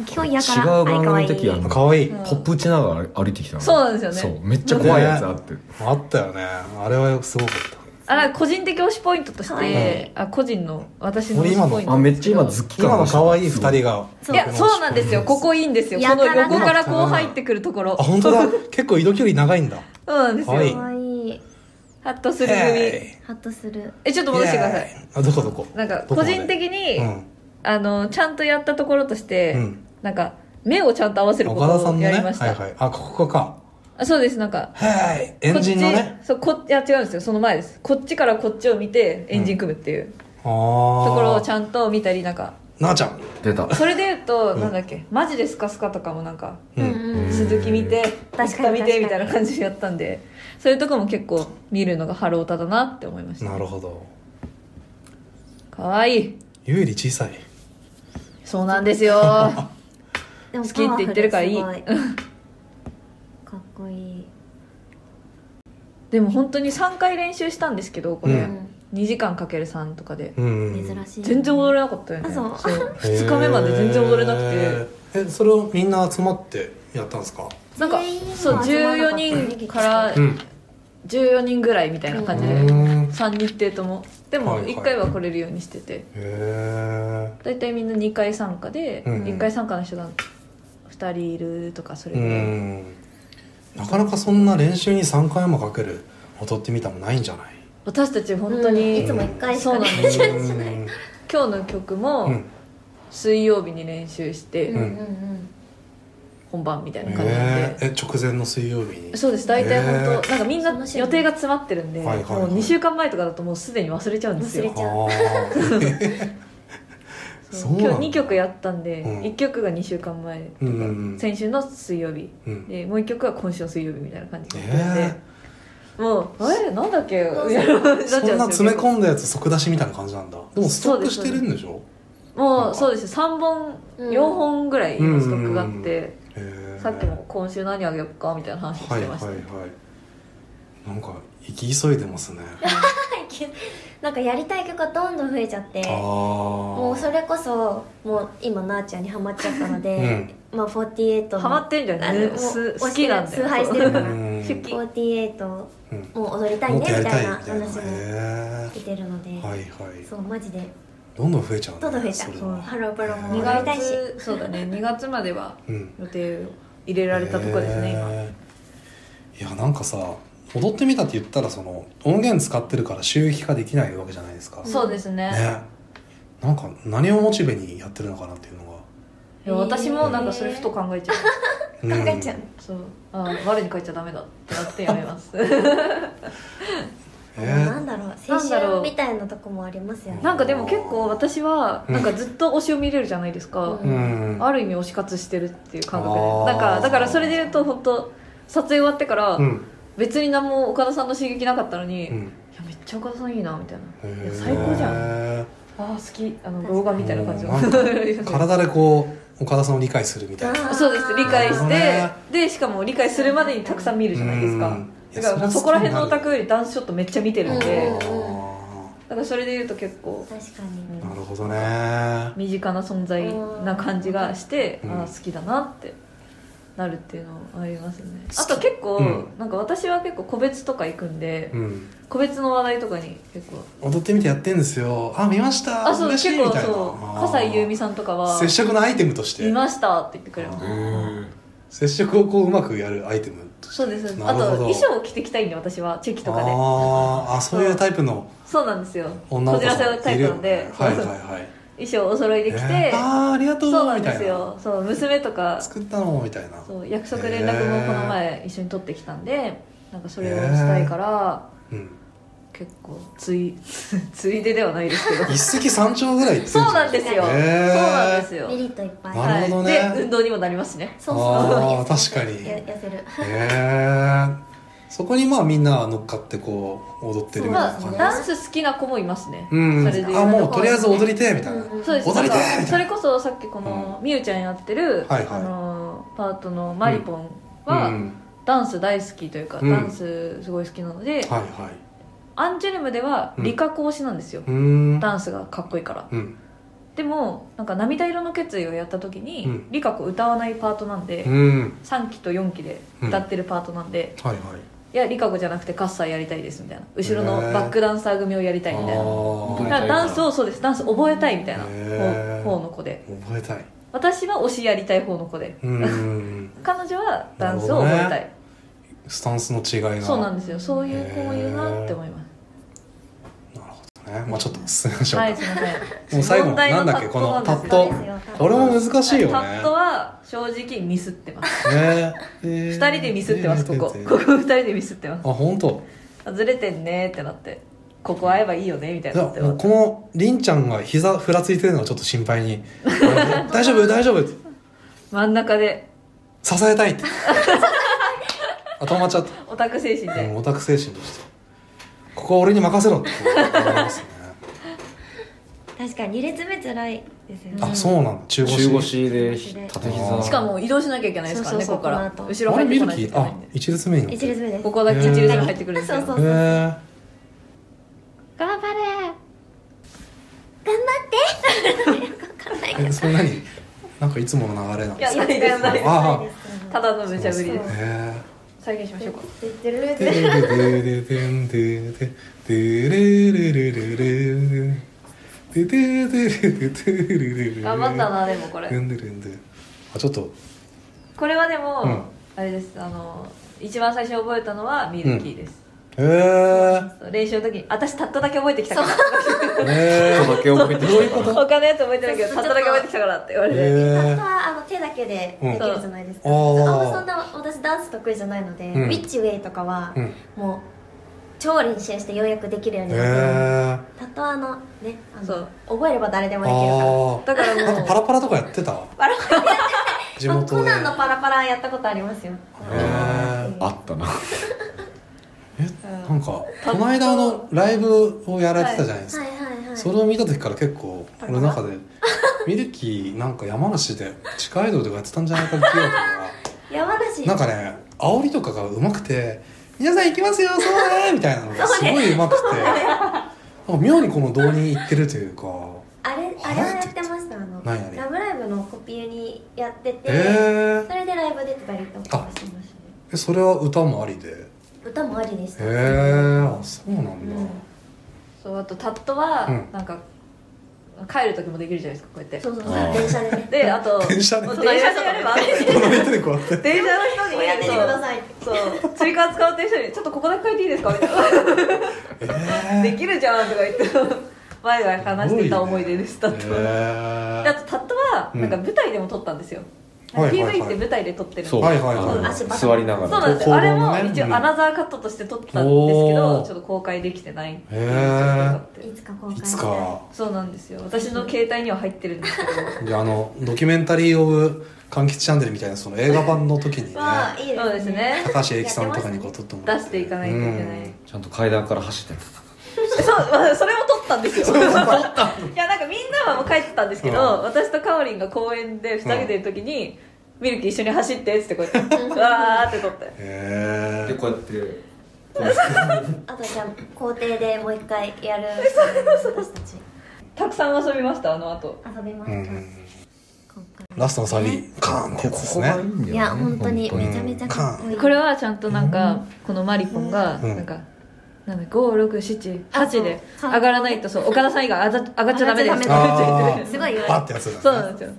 Speaker 4: 基本や
Speaker 5: 違
Speaker 4: から
Speaker 5: う番組の時
Speaker 4: あ
Speaker 5: あ
Speaker 4: れ
Speaker 5: の
Speaker 2: かわいい
Speaker 1: うん
Speaker 5: ポップ打ちながら歩いてきたの
Speaker 1: そうなんですよね
Speaker 5: そうめっちゃ怖いやつあって
Speaker 2: あったよねあれはすごかっ
Speaker 1: あなんか個人的推しポイントとし
Speaker 4: は
Speaker 1: て
Speaker 2: い
Speaker 1: あ個人の私の推しポイント
Speaker 5: あめっちゃ今ズッキ
Speaker 2: た今の可愛い二人が
Speaker 4: そ
Speaker 1: いうやそうなんですよここいいんですよこ
Speaker 4: や
Speaker 1: の
Speaker 4: から
Speaker 1: 横からこう入ってくるところ
Speaker 2: あ本当だ結構移動距離長いんだ
Speaker 1: そうなんですよ、
Speaker 2: 可愛
Speaker 4: 可愛かわいい
Speaker 1: ハッとする組
Speaker 2: へ
Speaker 4: ハッとする
Speaker 1: えちょっと
Speaker 2: ー
Speaker 1: 戻してください
Speaker 2: イエーイあどこどこ
Speaker 1: なんか
Speaker 2: どこ
Speaker 1: 個
Speaker 2: まで
Speaker 1: 人的に、
Speaker 2: うん
Speaker 1: あのちゃんとやったところとして、
Speaker 2: うん
Speaker 1: なんか目をちゃんと合わせるこ
Speaker 2: 岡田さ
Speaker 1: と
Speaker 2: ん
Speaker 1: を
Speaker 2: の
Speaker 1: やり
Speaker 2: ねは
Speaker 1: ま
Speaker 2: い
Speaker 1: した、
Speaker 2: はいあここか
Speaker 1: あそうですなんか
Speaker 2: はいエンジンの
Speaker 1: こっ
Speaker 2: ね
Speaker 1: ちそうこいや違うんですよその前ですこっちからこっちを見てエンジン組むっていう
Speaker 2: あ
Speaker 1: ところをち
Speaker 2: あ
Speaker 1: ゃんと見たりなんか
Speaker 2: なあちゃん
Speaker 5: 出た
Speaker 1: それで言うと、
Speaker 2: うん
Speaker 1: なんだっけマジでスカスカとかもなんか
Speaker 2: う
Speaker 4: うん
Speaker 2: ん
Speaker 4: うん
Speaker 1: 鈴木見て
Speaker 4: 確か
Speaker 1: 奥
Speaker 4: に
Speaker 1: 田見
Speaker 4: 確か
Speaker 1: て
Speaker 4: に
Speaker 1: みたいな感じでやったんでそういうとこも結構見るのがハロータだなって思いました
Speaker 2: なるほど
Speaker 1: かわいい
Speaker 2: ゆうより小さい
Speaker 1: そうなんですよ
Speaker 4: でも
Speaker 1: 好きって言ってるからいい
Speaker 4: パワフルすごいかっこいい、
Speaker 1: でも本当に3回練習したんですけどこれ、
Speaker 2: う
Speaker 4: うん
Speaker 1: 2時間かける3とかで
Speaker 2: うん
Speaker 4: 珍しい
Speaker 1: 全然踊れなかったよね
Speaker 4: あそう
Speaker 1: 2日目まで全然踊れなくて
Speaker 2: てえそれをみんな集まってやったんですか
Speaker 1: なんか
Speaker 4: 全員は
Speaker 1: そう
Speaker 4: 集まら
Speaker 1: 14
Speaker 4: なかったね
Speaker 1: 人から
Speaker 2: ん
Speaker 1: 14人ぐらいみたいな感じで
Speaker 2: うん
Speaker 1: 3日程ともで
Speaker 2: はい
Speaker 1: も
Speaker 2: はい
Speaker 1: 1回は来れるようにしてて
Speaker 2: へ
Speaker 1: 大体みんな2回参加で
Speaker 2: うん
Speaker 1: 1回参加の人が2人いるとかそ
Speaker 2: え
Speaker 1: れ
Speaker 2: う
Speaker 1: で
Speaker 2: んなかなかそんな練習に3回もかける踊ってみたもないんじゃない
Speaker 1: 私たち本当に
Speaker 4: うんいつも一回しか
Speaker 1: そうなんですよ
Speaker 2: うん
Speaker 1: 今日の曲
Speaker 2: う
Speaker 1: も
Speaker 2: ん
Speaker 1: 水曜日に練習し
Speaker 4: うんう
Speaker 1: て
Speaker 4: んうん
Speaker 1: 本番みたいな感じなんで
Speaker 2: ええ直前の水曜日に
Speaker 1: そうです大体本
Speaker 2: へ
Speaker 1: 当なんかみんな
Speaker 4: その週
Speaker 1: 予定が詰まってるんで、
Speaker 2: はいはいはい
Speaker 1: もう2週間前とかだともうすでに忘れちゃうんですよ
Speaker 4: 忘れ
Speaker 2: あ
Speaker 4: ちゃ
Speaker 2: ー
Speaker 1: そ
Speaker 2: そううなんだ
Speaker 1: 今日2曲やったんで、
Speaker 2: うん
Speaker 1: 1曲が2週間前とか、
Speaker 2: うんうんうん
Speaker 1: 先週の水曜日
Speaker 2: うん
Speaker 1: でもう1曲は今週の水曜日みたいな感じになってるんで、
Speaker 2: え
Speaker 1: もうえなんだっけ
Speaker 4: そう
Speaker 1: みたいな感じにな
Speaker 2: え
Speaker 1: っ
Speaker 2: そ
Speaker 1: ちゃ
Speaker 2: ん
Speaker 1: う
Speaker 2: なん
Speaker 1: です
Speaker 2: 詰
Speaker 1: よ
Speaker 2: め込んだやつ即出しみたいな感じなんだでもストックしてるんでしょ
Speaker 1: もうそうですよ3本、
Speaker 4: うん
Speaker 1: 4本ぐらいのストックがあって、
Speaker 2: へえ
Speaker 1: さっきも今週何あげようかみたいな話し
Speaker 2: はい
Speaker 1: て
Speaker 2: は
Speaker 1: ま
Speaker 2: い
Speaker 1: した、
Speaker 2: はいなんか行き急いでますね
Speaker 4: なんかやりたい曲がどんどん増えちゃって
Speaker 2: ああ
Speaker 4: も
Speaker 2: も
Speaker 4: うそれこそもう今なあちゃんにハマっちゃったので、まあ48も
Speaker 1: ハマってんじゃない
Speaker 4: あのも
Speaker 1: す
Speaker 4: う
Speaker 1: 好きなんだよ
Speaker 4: 崇拝してるから
Speaker 2: うん
Speaker 1: 出勤
Speaker 4: 48も
Speaker 2: うん
Speaker 4: う踊りたいね
Speaker 2: も
Speaker 4: み
Speaker 2: っとや
Speaker 4: た
Speaker 2: り
Speaker 4: い
Speaker 2: たい
Speaker 4: な
Speaker 2: みたいな
Speaker 4: 話も
Speaker 2: へ
Speaker 4: 出てるので、
Speaker 2: えはいはい
Speaker 4: そうマジで
Speaker 2: どんどん増えちゃうね
Speaker 4: どんどん増えちゃう
Speaker 2: それは
Speaker 4: ハロープロも
Speaker 1: 2
Speaker 4: 踊りたいし
Speaker 1: 月そうだね2月までは
Speaker 2: うん
Speaker 1: 予定を入れられたとこですね、今
Speaker 2: へえいやなんかさ踊ってみたって言ったらその音源使ってるから収益化できないわけじゃないですか
Speaker 1: そうですね
Speaker 2: ねなんか何をモチベにやってるのかなっていうのが
Speaker 1: いや私もなんかそれふと考えちゃう、
Speaker 2: うん
Speaker 4: 考えちゃう、
Speaker 1: そうあー我に返っちゃダメだってなってやめます
Speaker 2: え
Speaker 4: もうなんだろう青
Speaker 1: なんだろう
Speaker 4: 春みたいなとこもありますよね
Speaker 1: なんかでも結構私はなんかずっと推しを見れるじゃないですか、
Speaker 4: う
Speaker 2: うん
Speaker 1: ある意味推し活してるっていう感覚
Speaker 2: あ
Speaker 1: で
Speaker 2: ー
Speaker 1: なんかだからそれで言うと本当撮影終わってから
Speaker 2: うん
Speaker 1: 別に何も岡田さんの刺激なかったのに、
Speaker 2: う
Speaker 1: い
Speaker 2: ん
Speaker 1: やめっちゃ岡田さんいいなみたいな、い
Speaker 2: へ
Speaker 1: や
Speaker 2: え
Speaker 1: 最高じゃんああ好きあの動画みたいな感じ
Speaker 2: もうなん
Speaker 1: いや
Speaker 2: 体でこう岡田さんを理解するみたいな
Speaker 4: あー
Speaker 1: そうです理解
Speaker 2: なる
Speaker 1: し
Speaker 2: ほど
Speaker 1: て
Speaker 2: ね
Speaker 1: でしかも理解するまでにたくさん見るじゃないです
Speaker 2: う
Speaker 1: か
Speaker 2: んい
Speaker 1: だか
Speaker 2: や
Speaker 1: らもうそ
Speaker 2: そ
Speaker 1: こ
Speaker 2: れ
Speaker 1: ら
Speaker 2: は好き
Speaker 1: 辺
Speaker 2: になる
Speaker 1: のオタクよりダンスショットめっちゃ見てるんで、
Speaker 4: うん
Speaker 1: だ
Speaker 2: あ
Speaker 1: からそれで言うと結構
Speaker 4: 確かに
Speaker 2: ーなるほどね
Speaker 1: 身近な存在な感じがして、
Speaker 2: うん
Speaker 1: ああ好きだなってなるっていうのはありますねあと結構、
Speaker 2: うん
Speaker 1: なんか私は結構個別とか行くんで、
Speaker 2: うん
Speaker 1: 個別の話題とかに結構
Speaker 2: 踊ってみてやってんですよあ見ました
Speaker 1: あそう
Speaker 2: 嬉し
Speaker 1: 結
Speaker 2: いみ
Speaker 1: 構
Speaker 2: たいな
Speaker 1: そう笠井優美
Speaker 2: さ
Speaker 1: さんとかは
Speaker 2: 接触のアイテムとして
Speaker 1: 見ましたって言ってくれます
Speaker 2: あー接触をこううまくやるアイテムとして
Speaker 1: そうですそうです
Speaker 2: な
Speaker 1: あ
Speaker 2: る
Speaker 1: と
Speaker 2: ほど
Speaker 1: 衣装を着てきたいんで私はチェキとかで
Speaker 2: あーあそういうタイプの
Speaker 1: そうなんですよこ
Speaker 2: 女の
Speaker 1: じ
Speaker 2: 子
Speaker 1: らせ
Speaker 2: さん
Speaker 1: タイ
Speaker 2: い
Speaker 1: プ
Speaker 2: る
Speaker 1: な
Speaker 2: よ
Speaker 1: ん
Speaker 2: ね
Speaker 1: で、
Speaker 2: はいはいはい
Speaker 1: 衣装お揃いで着て、
Speaker 2: えーああありがとう
Speaker 1: そうなん
Speaker 2: み
Speaker 1: で
Speaker 2: た
Speaker 1: す
Speaker 2: いな
Speaker 1: よそう娘とか
Speaker 2: 作ったのみたいな
Speaker 1: そう約束連絡もこの前一緒に取ってきたんで、なんかそれをしたいから
Speaker 2: うん
Speaker 1: 結構つい ついでではないですけど
Speaker 2: 一石三鳥ぐらいついち
Speaker 1: そう
Speaker 2: ゃ
Speaker 1: なんですよ、そ
Speaker 2: へ
Speaker 1: う
Speaker 2: ー
Speaker 1: なんですよ
Speaker 4: メリットいっぱい
Speaker 2: なるほどね
Speaker 1: はい、で運動にもなりますしね
Speaker 4: そう
Speaker 2: あ
Speaker 4: そう
Speaker 2: ー確かに
Speaker 4: や痩せる
Speaker 2: へえそこにまあみんな乗っかってこう踊ってるみたいな
Speaker 1: ま
Speaker 2: 感
Speaker 1: あ
Speaker 2: じ
Speaker 1: ダンス好きな子もいますね、
Speaker 2: うん
Speaker 1: それで
Speaker 2: あもうとりあえず踊りてえみたいな
Speaker 4: うんうん
Speaker 1: そうです
Speaker 2: 踊りたい
Speaker 1: なんかそれこそさっきこのみゆちゃんやってる、
Speaker 2: はいはい
Speaker 1: あのパートのまりぽんは、
Speaker 2: うん
Speaker 1: ダンス大好きというか、
Speaker 2: うん
Speaker 1: ダンスすごい好きなので、
Speaker 2: はいはい
Speaker 1: アンジュルムでは
Speaker 2: うん
Speaker 1: 理科講師なんですよ、
Speaker 2: うーん
Speaker 1: ダンスがかっこいいから
Speaker 2: うん
Speaker 1: でもなんか涙色の決意をやった時に、
Speaker 2: うん
Speaker 1: 理科子歌わないパートなんで、
Speaker 2: うん
Speaker 1: 3期と4期で歌ってるパートなんで、
Speaker 2: はいはい
Speaker 1: いや理科子じゃなくてカッサーやりたいですみたいな後ろのバックダンサー組をやりたいみたいな、
Speaker 2: あー
Speaker 1: だからダンスをそうですダンス覚えたいみたいな
Speaker 2: へー
Speaker 1: 方方の子で
Speaker 2: 覚えたい
Speaker 1: 私は推しやりたい方の子で
Speaker 2: うーん
Speaker 1: 彼女はダンスを覚え
Speaker 2: な
Speaker 1: たい、
Speaker 2: るスタンスの違いが
Speaker 1: そうなん
Speaker 2: で
Speaker 1: ですよそういう子もいるなって思います
Speaker 2: なるほどねまあちょっと進めましょうか、
Speaker 1: はいすいません
Speaker 2: もう最後の
Speaker 1: 問題
Speaker 2: なんだっけ
Speaker 1: タット
Speaker 2: こ
Speaker 1: ですよ
Speaker 2: のタット
Speaker 4: ですよ
Speaker 2: これも難しいよね
Speaker 1: タットは正直ミスってます
Speaker 2: ねえ
Speaker 1: 二人でミスってますここ
Speaker 2: えー
Speaker 1: ここ二人でミスってます
Speaker 2: あ本当。
Speaker 1: あずれてんねーってなってここ会えばいいよねみたい
Speaker 2: い
Speaker 1: に
Speaker 2: や
Speaker 1: なってま
Speaker 2: もう
Speaker 1: す
Speaker 2: このりんちゃんが膝ふらついてるのがちょっと心配に大丈夫大丈夫って
Speaker 1: 真ん中で
Speaker 2: 支えたいってあ止まっちゃっ
Speaker 1: オタク精神
Speaker 2: た、うん、
Speaker 1: で
Speaker 2: オタク精神としてここは俺に任せろって思いますね
Speaker 4: 確かに2列目辛いですよね
Speaker 2: あそうなんだ中腰
Speaker 5: 中腰で
Speaker 2: 縦
Speaker 5: 縦
Speaker 2: 膝
Speaker 5: 膝
Speaker 1: しかも移動しなきゃいけないですからね
Speaker 4: そうそ
Speaker 1: こ
Speaker 4: うそう
Speaker 1: こか
Speaker 4: この
Speaker 1: ら
Speaker 4: 後
Speaker 1: 後ろ
Speaker 2: あれ
Speaker 1: 入ってこ
Speaker 2: ミル
Speaker 1: ない
Speaker 2: キ
Speaker 1: といけ
Speaker 2: ー
Speaker 1: ない
Speaker 2: あ
Speaker 1: んで
Speaker 2: 一列目になって
Speaker 4: 1列目です
Speaker 1: ここだけ一列目入ってくるんですよ
Speaker 4: そうそう
Speaker 2: へえ
Speaker 4: 頑張れ頑張ってよくわかんない
Speaker 2: えそれ何なんかいつもの流れなん
Speaker 1: い
Speaker 2: で
Speaker 1: や
Speaker 2: すか
Speaker 1: ないですないです
Speaker 2: ああ
Speaker 1: ただの無茶ぶりです
Speaker 2: へえ
Speaker 1: 再現しましょうか
Speaker 4: てる
Speaker 2: でででででんでででれれれれれでででででれれれれ
Speaker 1: 頑張ったなでもこ
Speaker 2: で
Speaker 1: れ
Speaker 2: んでるんであちょっと
Speaker 1: これはでも、
Speaker 2: うん
Speaker 1: あれですあの一番最初覚えたのはミルキーです、
Speaker 2: へえ
Speaker 1: そう練習の時に私タットだけ覚えてきたから
Speaker 2: へ
Speaker 5: だけ覚えてきたから
Speaker 1: 他のやつ覚えてないけど
Speaker 4: そう
Speaker 1: タットだけ覚えてきたからって言われ
Speaker 2: え
Speaker 1: て、
Speaker 4: あ
Speaker 2: へ
Speaker 4: とはあの手だけでできるじゃないですか、
Speaker 2: うん
Speaker 4: あんまそんな私ダンス得意じゃないので、
Speaker 2: うん
Speaker 4: ウィッチウェイとかは
Speaker 2: えうん
Speaker 4: もう超練習してようやくできるように
Speaker 2: へ
Speaker 4: なって
Speaker 2: え
Speaker 4: たとあのねあ
Speaker 1: そ
Speaker 4: の
Speaker 1: う
Speaker 4: 覚えれば誰でもできるから
Speaker 2: あ
Speaker 1: だから
Speaker 2: あなん
Speaker 1: もう
Speaker 2: かパラパラとかやってた
Speaker 4: パラパラ
Speaker 2: 地
Speaker 4: あの
Speaker 2: 元
Speaker 4: コ
Speaker 2: で
Speaker 4: ナンのパラパラやったことありますよ
Speaker 2: へー
Speaker 5: あったな
Speaker 2: えなんかこの間あのライブをやられてたじゃないですか
Speaker 4: はいはいはい
Speaker 2: それを見た時から結構俺の中でミルキーなんか山梨で地下アイドルとかやってたんじゃないかっていうのが
Speaker 4: 山梨
Speaker 2: なんかね煽りとかがうまくて「皆さん行きますよそうね」みたいなのがすごいうまくてなんか妙にこの道に行ってるというか
Speaker 4: あれあれをやってましたあの
Speaker 2: 何あれ
Speaker 4: ラブライブのコピーにやってて、
Speaker 2: え
Speaker 4: それでライブ出てたりとかしてましたね
Speaker 2: えそれは歌もありでへ
Speaker 4: 歌もありでした、
Speaker 2: えあそうなんだ、
Speaker 1: そうあとタットは
Speaker 2: うん
Speaker 1: なんか、帰る時もできるじゃないですかこうやって
Speaker 4: そうそうそう
Speaker 5: あー
Speaker 4: 電車でね
Speaker 1: であと
Speaker 2: 電車で
Speaker 1: そう電車でやれば
Speaker 2: 隣手でこうやって
Speaker 1: 電車の人
Speaker 4: こう
Speaker 1: に
Speaker 4: やっててください
Speaker 1: そうそう追加使うって人に「ちょっとここだけ書いていいですか?」みたい
Speaker 2: え
Speaker 1: な「
Speaker 2: え
Speaker 1: できるじゃん」とか言ってワイワイ話してた思い出ですタッ
Speaker 2: へ
Speaker 1: トはであ
Speaker 2: え
Speaker 1: とタットはなんか舞台でも撮ったんですよ、
Speaker 2: うんはいはいはい
Speaker 1: PV って舞台で撮ってるんで
Speaker 5: そう、
Speaker 2: はいはいはい
Speaker 5: あの
Speaker 4: 足場
Speaker 5: 座りなが
Speaker 1: そう
Speaker 5: ら
Speaker 1: なんです
Speaker 2: こ
Speaker 1: よ
Speaker 2: う
Speaker 1: あれも
Speaker 2: 行動ね
Speaker 1: 一
Speaker 2: うん
Speaker 1: 応アナザーカットとして撮ったんですけ
Speaker 2: お
Speaker 1: ど
Speaker 2: ー
Speaker 1: ちょっと公開できてないっていう状況があ
Speaker 2: へ
Speaker 1: って
Speaker 4: いつか公開
Speaker 2: い
Speaker 4: した
Speaker 2: つか
Speaker 1: そうなんですよ私の携帯には入ってるん ですけど
Speaker 2: であのドキュメンタリー・オブ・柑橘チャンネルみたいなその映画版の時にね
Speaker 4: まあいいですね
Speaker 1: そうですね
Speaker 2: 高橋英樹さんとかにこう撮っても
Speaker 1: 出
Speaker 2: らっ
Speaker 1: していかないといけない、
Speaker 5: ちゃんと階段から走って
Speaker 1: そうそれを撮ったんですよ いやなんかみんなはもう帰ってたんですけど、
Speaker 2: うん
Speaker 1: 私とかおりんが公園でふざけてる時に、ミルキー一緒に走ってっつってこうやって わーって撮って
Speaker 2: へ
Speaker 3: で
Speaker 2: え
Speaker 3: こうやって
Speaker 4: あとじゃあ校庭でもう一回やる私たち
Speaker 1: たくさん遊びましたあの後
Speaker 4: 遊びま
Speaker 2: う
Speaker 4: す
Speaker 2: んう
Speaker 4: か、
Speaker 2: んうん
Speaker 4: 今
Speaker 2: ラストのサビカーンってやつですね
Speaker 5: ん
Speaker 4: 回いや本当に
Speaker 2: 本当に
Speaker 4: めちゃめちゃかっこいい
Speaker 1: これはちゃんとなんか、このマリコンが
Speaker 2: うん
Speaker 1: なんか、なんか5678で
Speaker 4: あそう
Speaker 1: 上がらないとそう岡田さん以外上が上がっちゃダメですって
Speaker 4: 上が
Speaker 2: っちゃダメ
Speaker 1: 言 って
Speaker 4: すごい言わ
Speaker 2: バ
Speaker 4: れ
Speaker 2: ッ
Speaker 4: る
Speaker 2: てやつだね
Speaker 1: そうなんですよ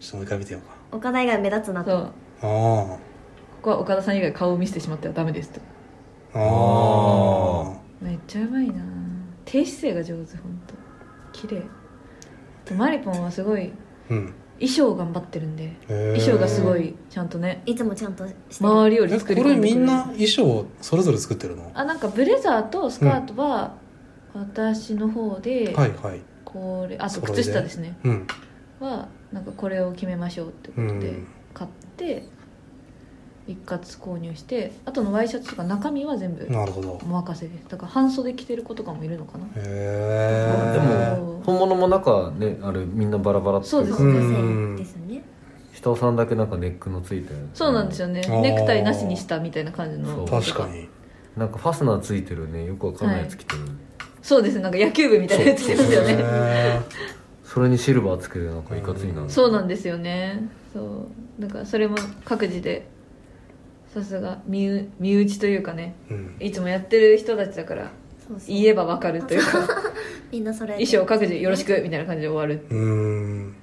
Speaker 2: ちょっともう一回見てようか
Speaker 4: 岡田以外目立つな
Speaker 1: そ
Speaker 4: と
Speaker 1: う
Speaker 2: あ
Speaker 1: ここは岡田さん以外顔を見せてしまってはダメですと
Speaker 2: あああ
Speaker 1: めっちゃうまいな低姿勢が上手本当綺麗とマリポンはすごい
Speaker 2: うん
Speaker 1: 衣装頑張ってるんで
Speaker 2: 衣
Speaker 1: 衣装がすごいちゃんとね
Speaker 4: いつもちゃんとしてる
Speaker 1: 周りより
Speaker 2: え
Speaker 1: 作り
Speaker 2: こ
Speaker 1: 込
Speaker 2: れ
Speaker 1: んでく
Speaker 2: み
Speaker 1: れる
Speaker 2: んな衣装それぞれ作ってるのは
Speaker 1: あなんかブレザーとスカートは私の方で、
Speaker 2: いはい
Speaker 1: これあと
Speaker 2: それで
Speaker 1: 靴下ですね
Speaker 2: うん
Speaker 1: はなんかこれを決めましょうってこ
Speaker 2: う
Speaker 1: とで
Speaker 2: ん
Speaker 1: 買って一括購入してあとのワイシャツとか中身は全部
Speaker 2: なるほど
Speaker 1: お任せですだから半袖着てる子とかもいるのかな
Speaker 2: へ
Speaker 5: で
Speaker 2: え
Speaker 5: も本物も中ねあれみんなバラバラってい
Speaker 1: そう
Speaker 5: う
Speaker 1: で
Speaker 5: か
Speaker 1: すね
Speaker 2: うん
Speaker 4: ですよね
Speaker 5: 下尾さんだけなんかネックのついたやつ
Speaker 1: そうなんですよね
Speaker 2: あー
Speaker 1: ネクタイなしにしたみたいな感じの
Speaker 5: そう
Speaker 2: 確かに
Speaker 5: なんかファスナーついてるねよくわかんないやつ着てる、
Speaker 1: そうですなんか野球部みたいなやつですよね
Speaker 2: へ
Speaker 5: それにシルバーつけてなんかいかついな、
Speaker 2: うん
Speaker 1: そうなんですよねそうだからそれも各自でさすが身う身内というかね
Speaker 2: ーうん
Speaker 1: いつもやってる人たちだから
Speaker 4: そうそう
Speaker 1: 言えばわかるというか
Speaker 4: みんなそれ
Speaker 1: 衣装各自よろしくみたいな感じで終わる
Speaker 2: うーん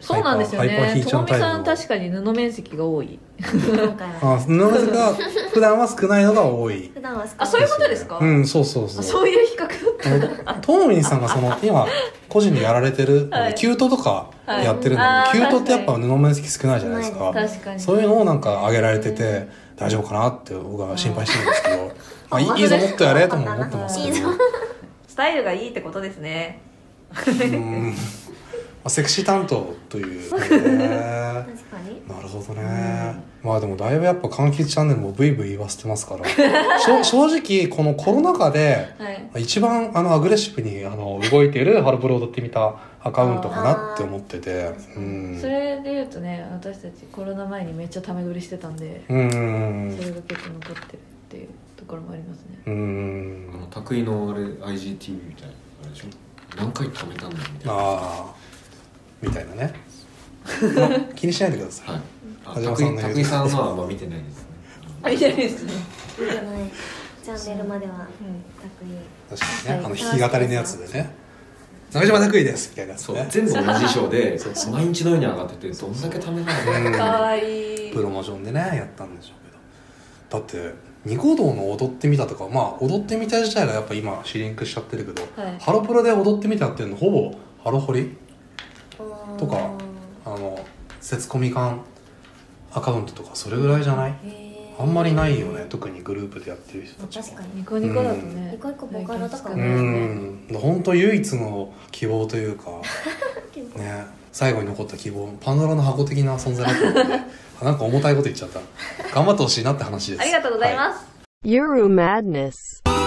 Speaker 1: そうなんですよ
Speaker 2: ハイパーハイパーヒ
Speaker 1: ね
Speaker 2: ーチ
Speaker 1: と
Speaker 2: ョ
Speaker 1: も
Speaker 2: ン
Speaker 1: み
Speaker 2: タイプ
Speaker 1: さん確かに布面積が多い
Speaker 4: 今回は
Speaker 2: あ布が普段は少ないのが多い
Speaker 4: 普段は少ない
Speaker 1: あそういうことですか、
Speaker 2: うんそうそう
Speaker 1: あ
Speaker 2: そう
Speaker 1: そういう比較だった
Speaker 2: あのトーミンさんがその今個人でやられてる、
Speaker 1: はい
Speaker 2: キュートとかやってるのに、
Speaker 1: はい
Speaker 2: キュートってやっぱ布面積少ないじゃないですか
Speaker 4: 少ない
Speaker 1: です確かに
Speaker 2: そういうのをなんか上げられてて大丈夫かなって僕は心配してるんですけど、まあ、いいいいぞもっとやれとも思ってますけど
Speaker 4: いいぞ
Speaker 1: スタイルがいいってことですね
Speaker 2: うんまあセクシー担当ということでねな
Speaker 4: 確かに
Speaker 2: るほどね、まあでもだいぶやっぱ「柑橘チャンネル」もブイブイ言わせてます からしょ正直このコロナ禍で
Speaker 1: はい
Speaker 2: 一番あのアグレッシブにあの動いているハロプロを踊ってみたアカウントかなって思ってて
Speaker 4: あー
Speaker 2: うん
Speaker 1: それで言うとね私たちコロナ前にめっちゃタメ撮りしてたんで
Speaker 2: うん
Speaker 1: それが結構残ってるっていうところもありますね
Speaker 2: うん
Speaker 3: あの拓井のあれ IGTV みたいなあれでしょ何回貯めたんだみたいな
Speaker 2: ああみたいなね まあ気にしないでください
Speaker 3: はいあ
Speaker 2: 梶山
Speaker 3: 拓
Speaker 2: さんの
Speaker 3: 井拓井さんのはあんま見てないですね
Speaker 1: あいいじゃないですね、
Speaker 4: いいじゃないチャンネルまでは楽に
Speaker 2: 確かにねあの弾き語りのやつでね「中島拓井です」みたいなやつ
Speaker 3: そう
Speaker 2: ね
Speaker 3: 全部同じ衣装で毎日のように上がっててどんだけ貯めたんだ
Speaker 1: かわいい
Speaker 2: プロモーションでねやったんでしょうけどだってニコ動の「踊ってみた」とかまあ踊ってみた自体がやっぱ今シリンクしちゃってるけど、
Speaker 1: はい
Speaker 2: ハロプロで「踊ってみた」っていうのほぼハロホリとか
Speaker 4: お
Speaker 2: あの節コミ感アカウントとかそれぐらいじゃない
Speaker 4: ーへー
Speaker 2: あんまりないよね特にグループでやってる人たちは
Speaker 4: 確かに
Speaker 1: ニコニコだとね
Speaker 4: ニコニコボカロとかも
Speaker 2: う
Speaker 1: ね
Speaker 2: ん本当唯一の希望というかね最後に残った希望パンドラの箱的な存在だと思うんであなんか重たいこと言っちゃった頑張ってほしいなって話です
Speaker 1: ありがとうござい
Speaker 2: は
Speaker 1: ます、
Speaker 6: Euro Madness.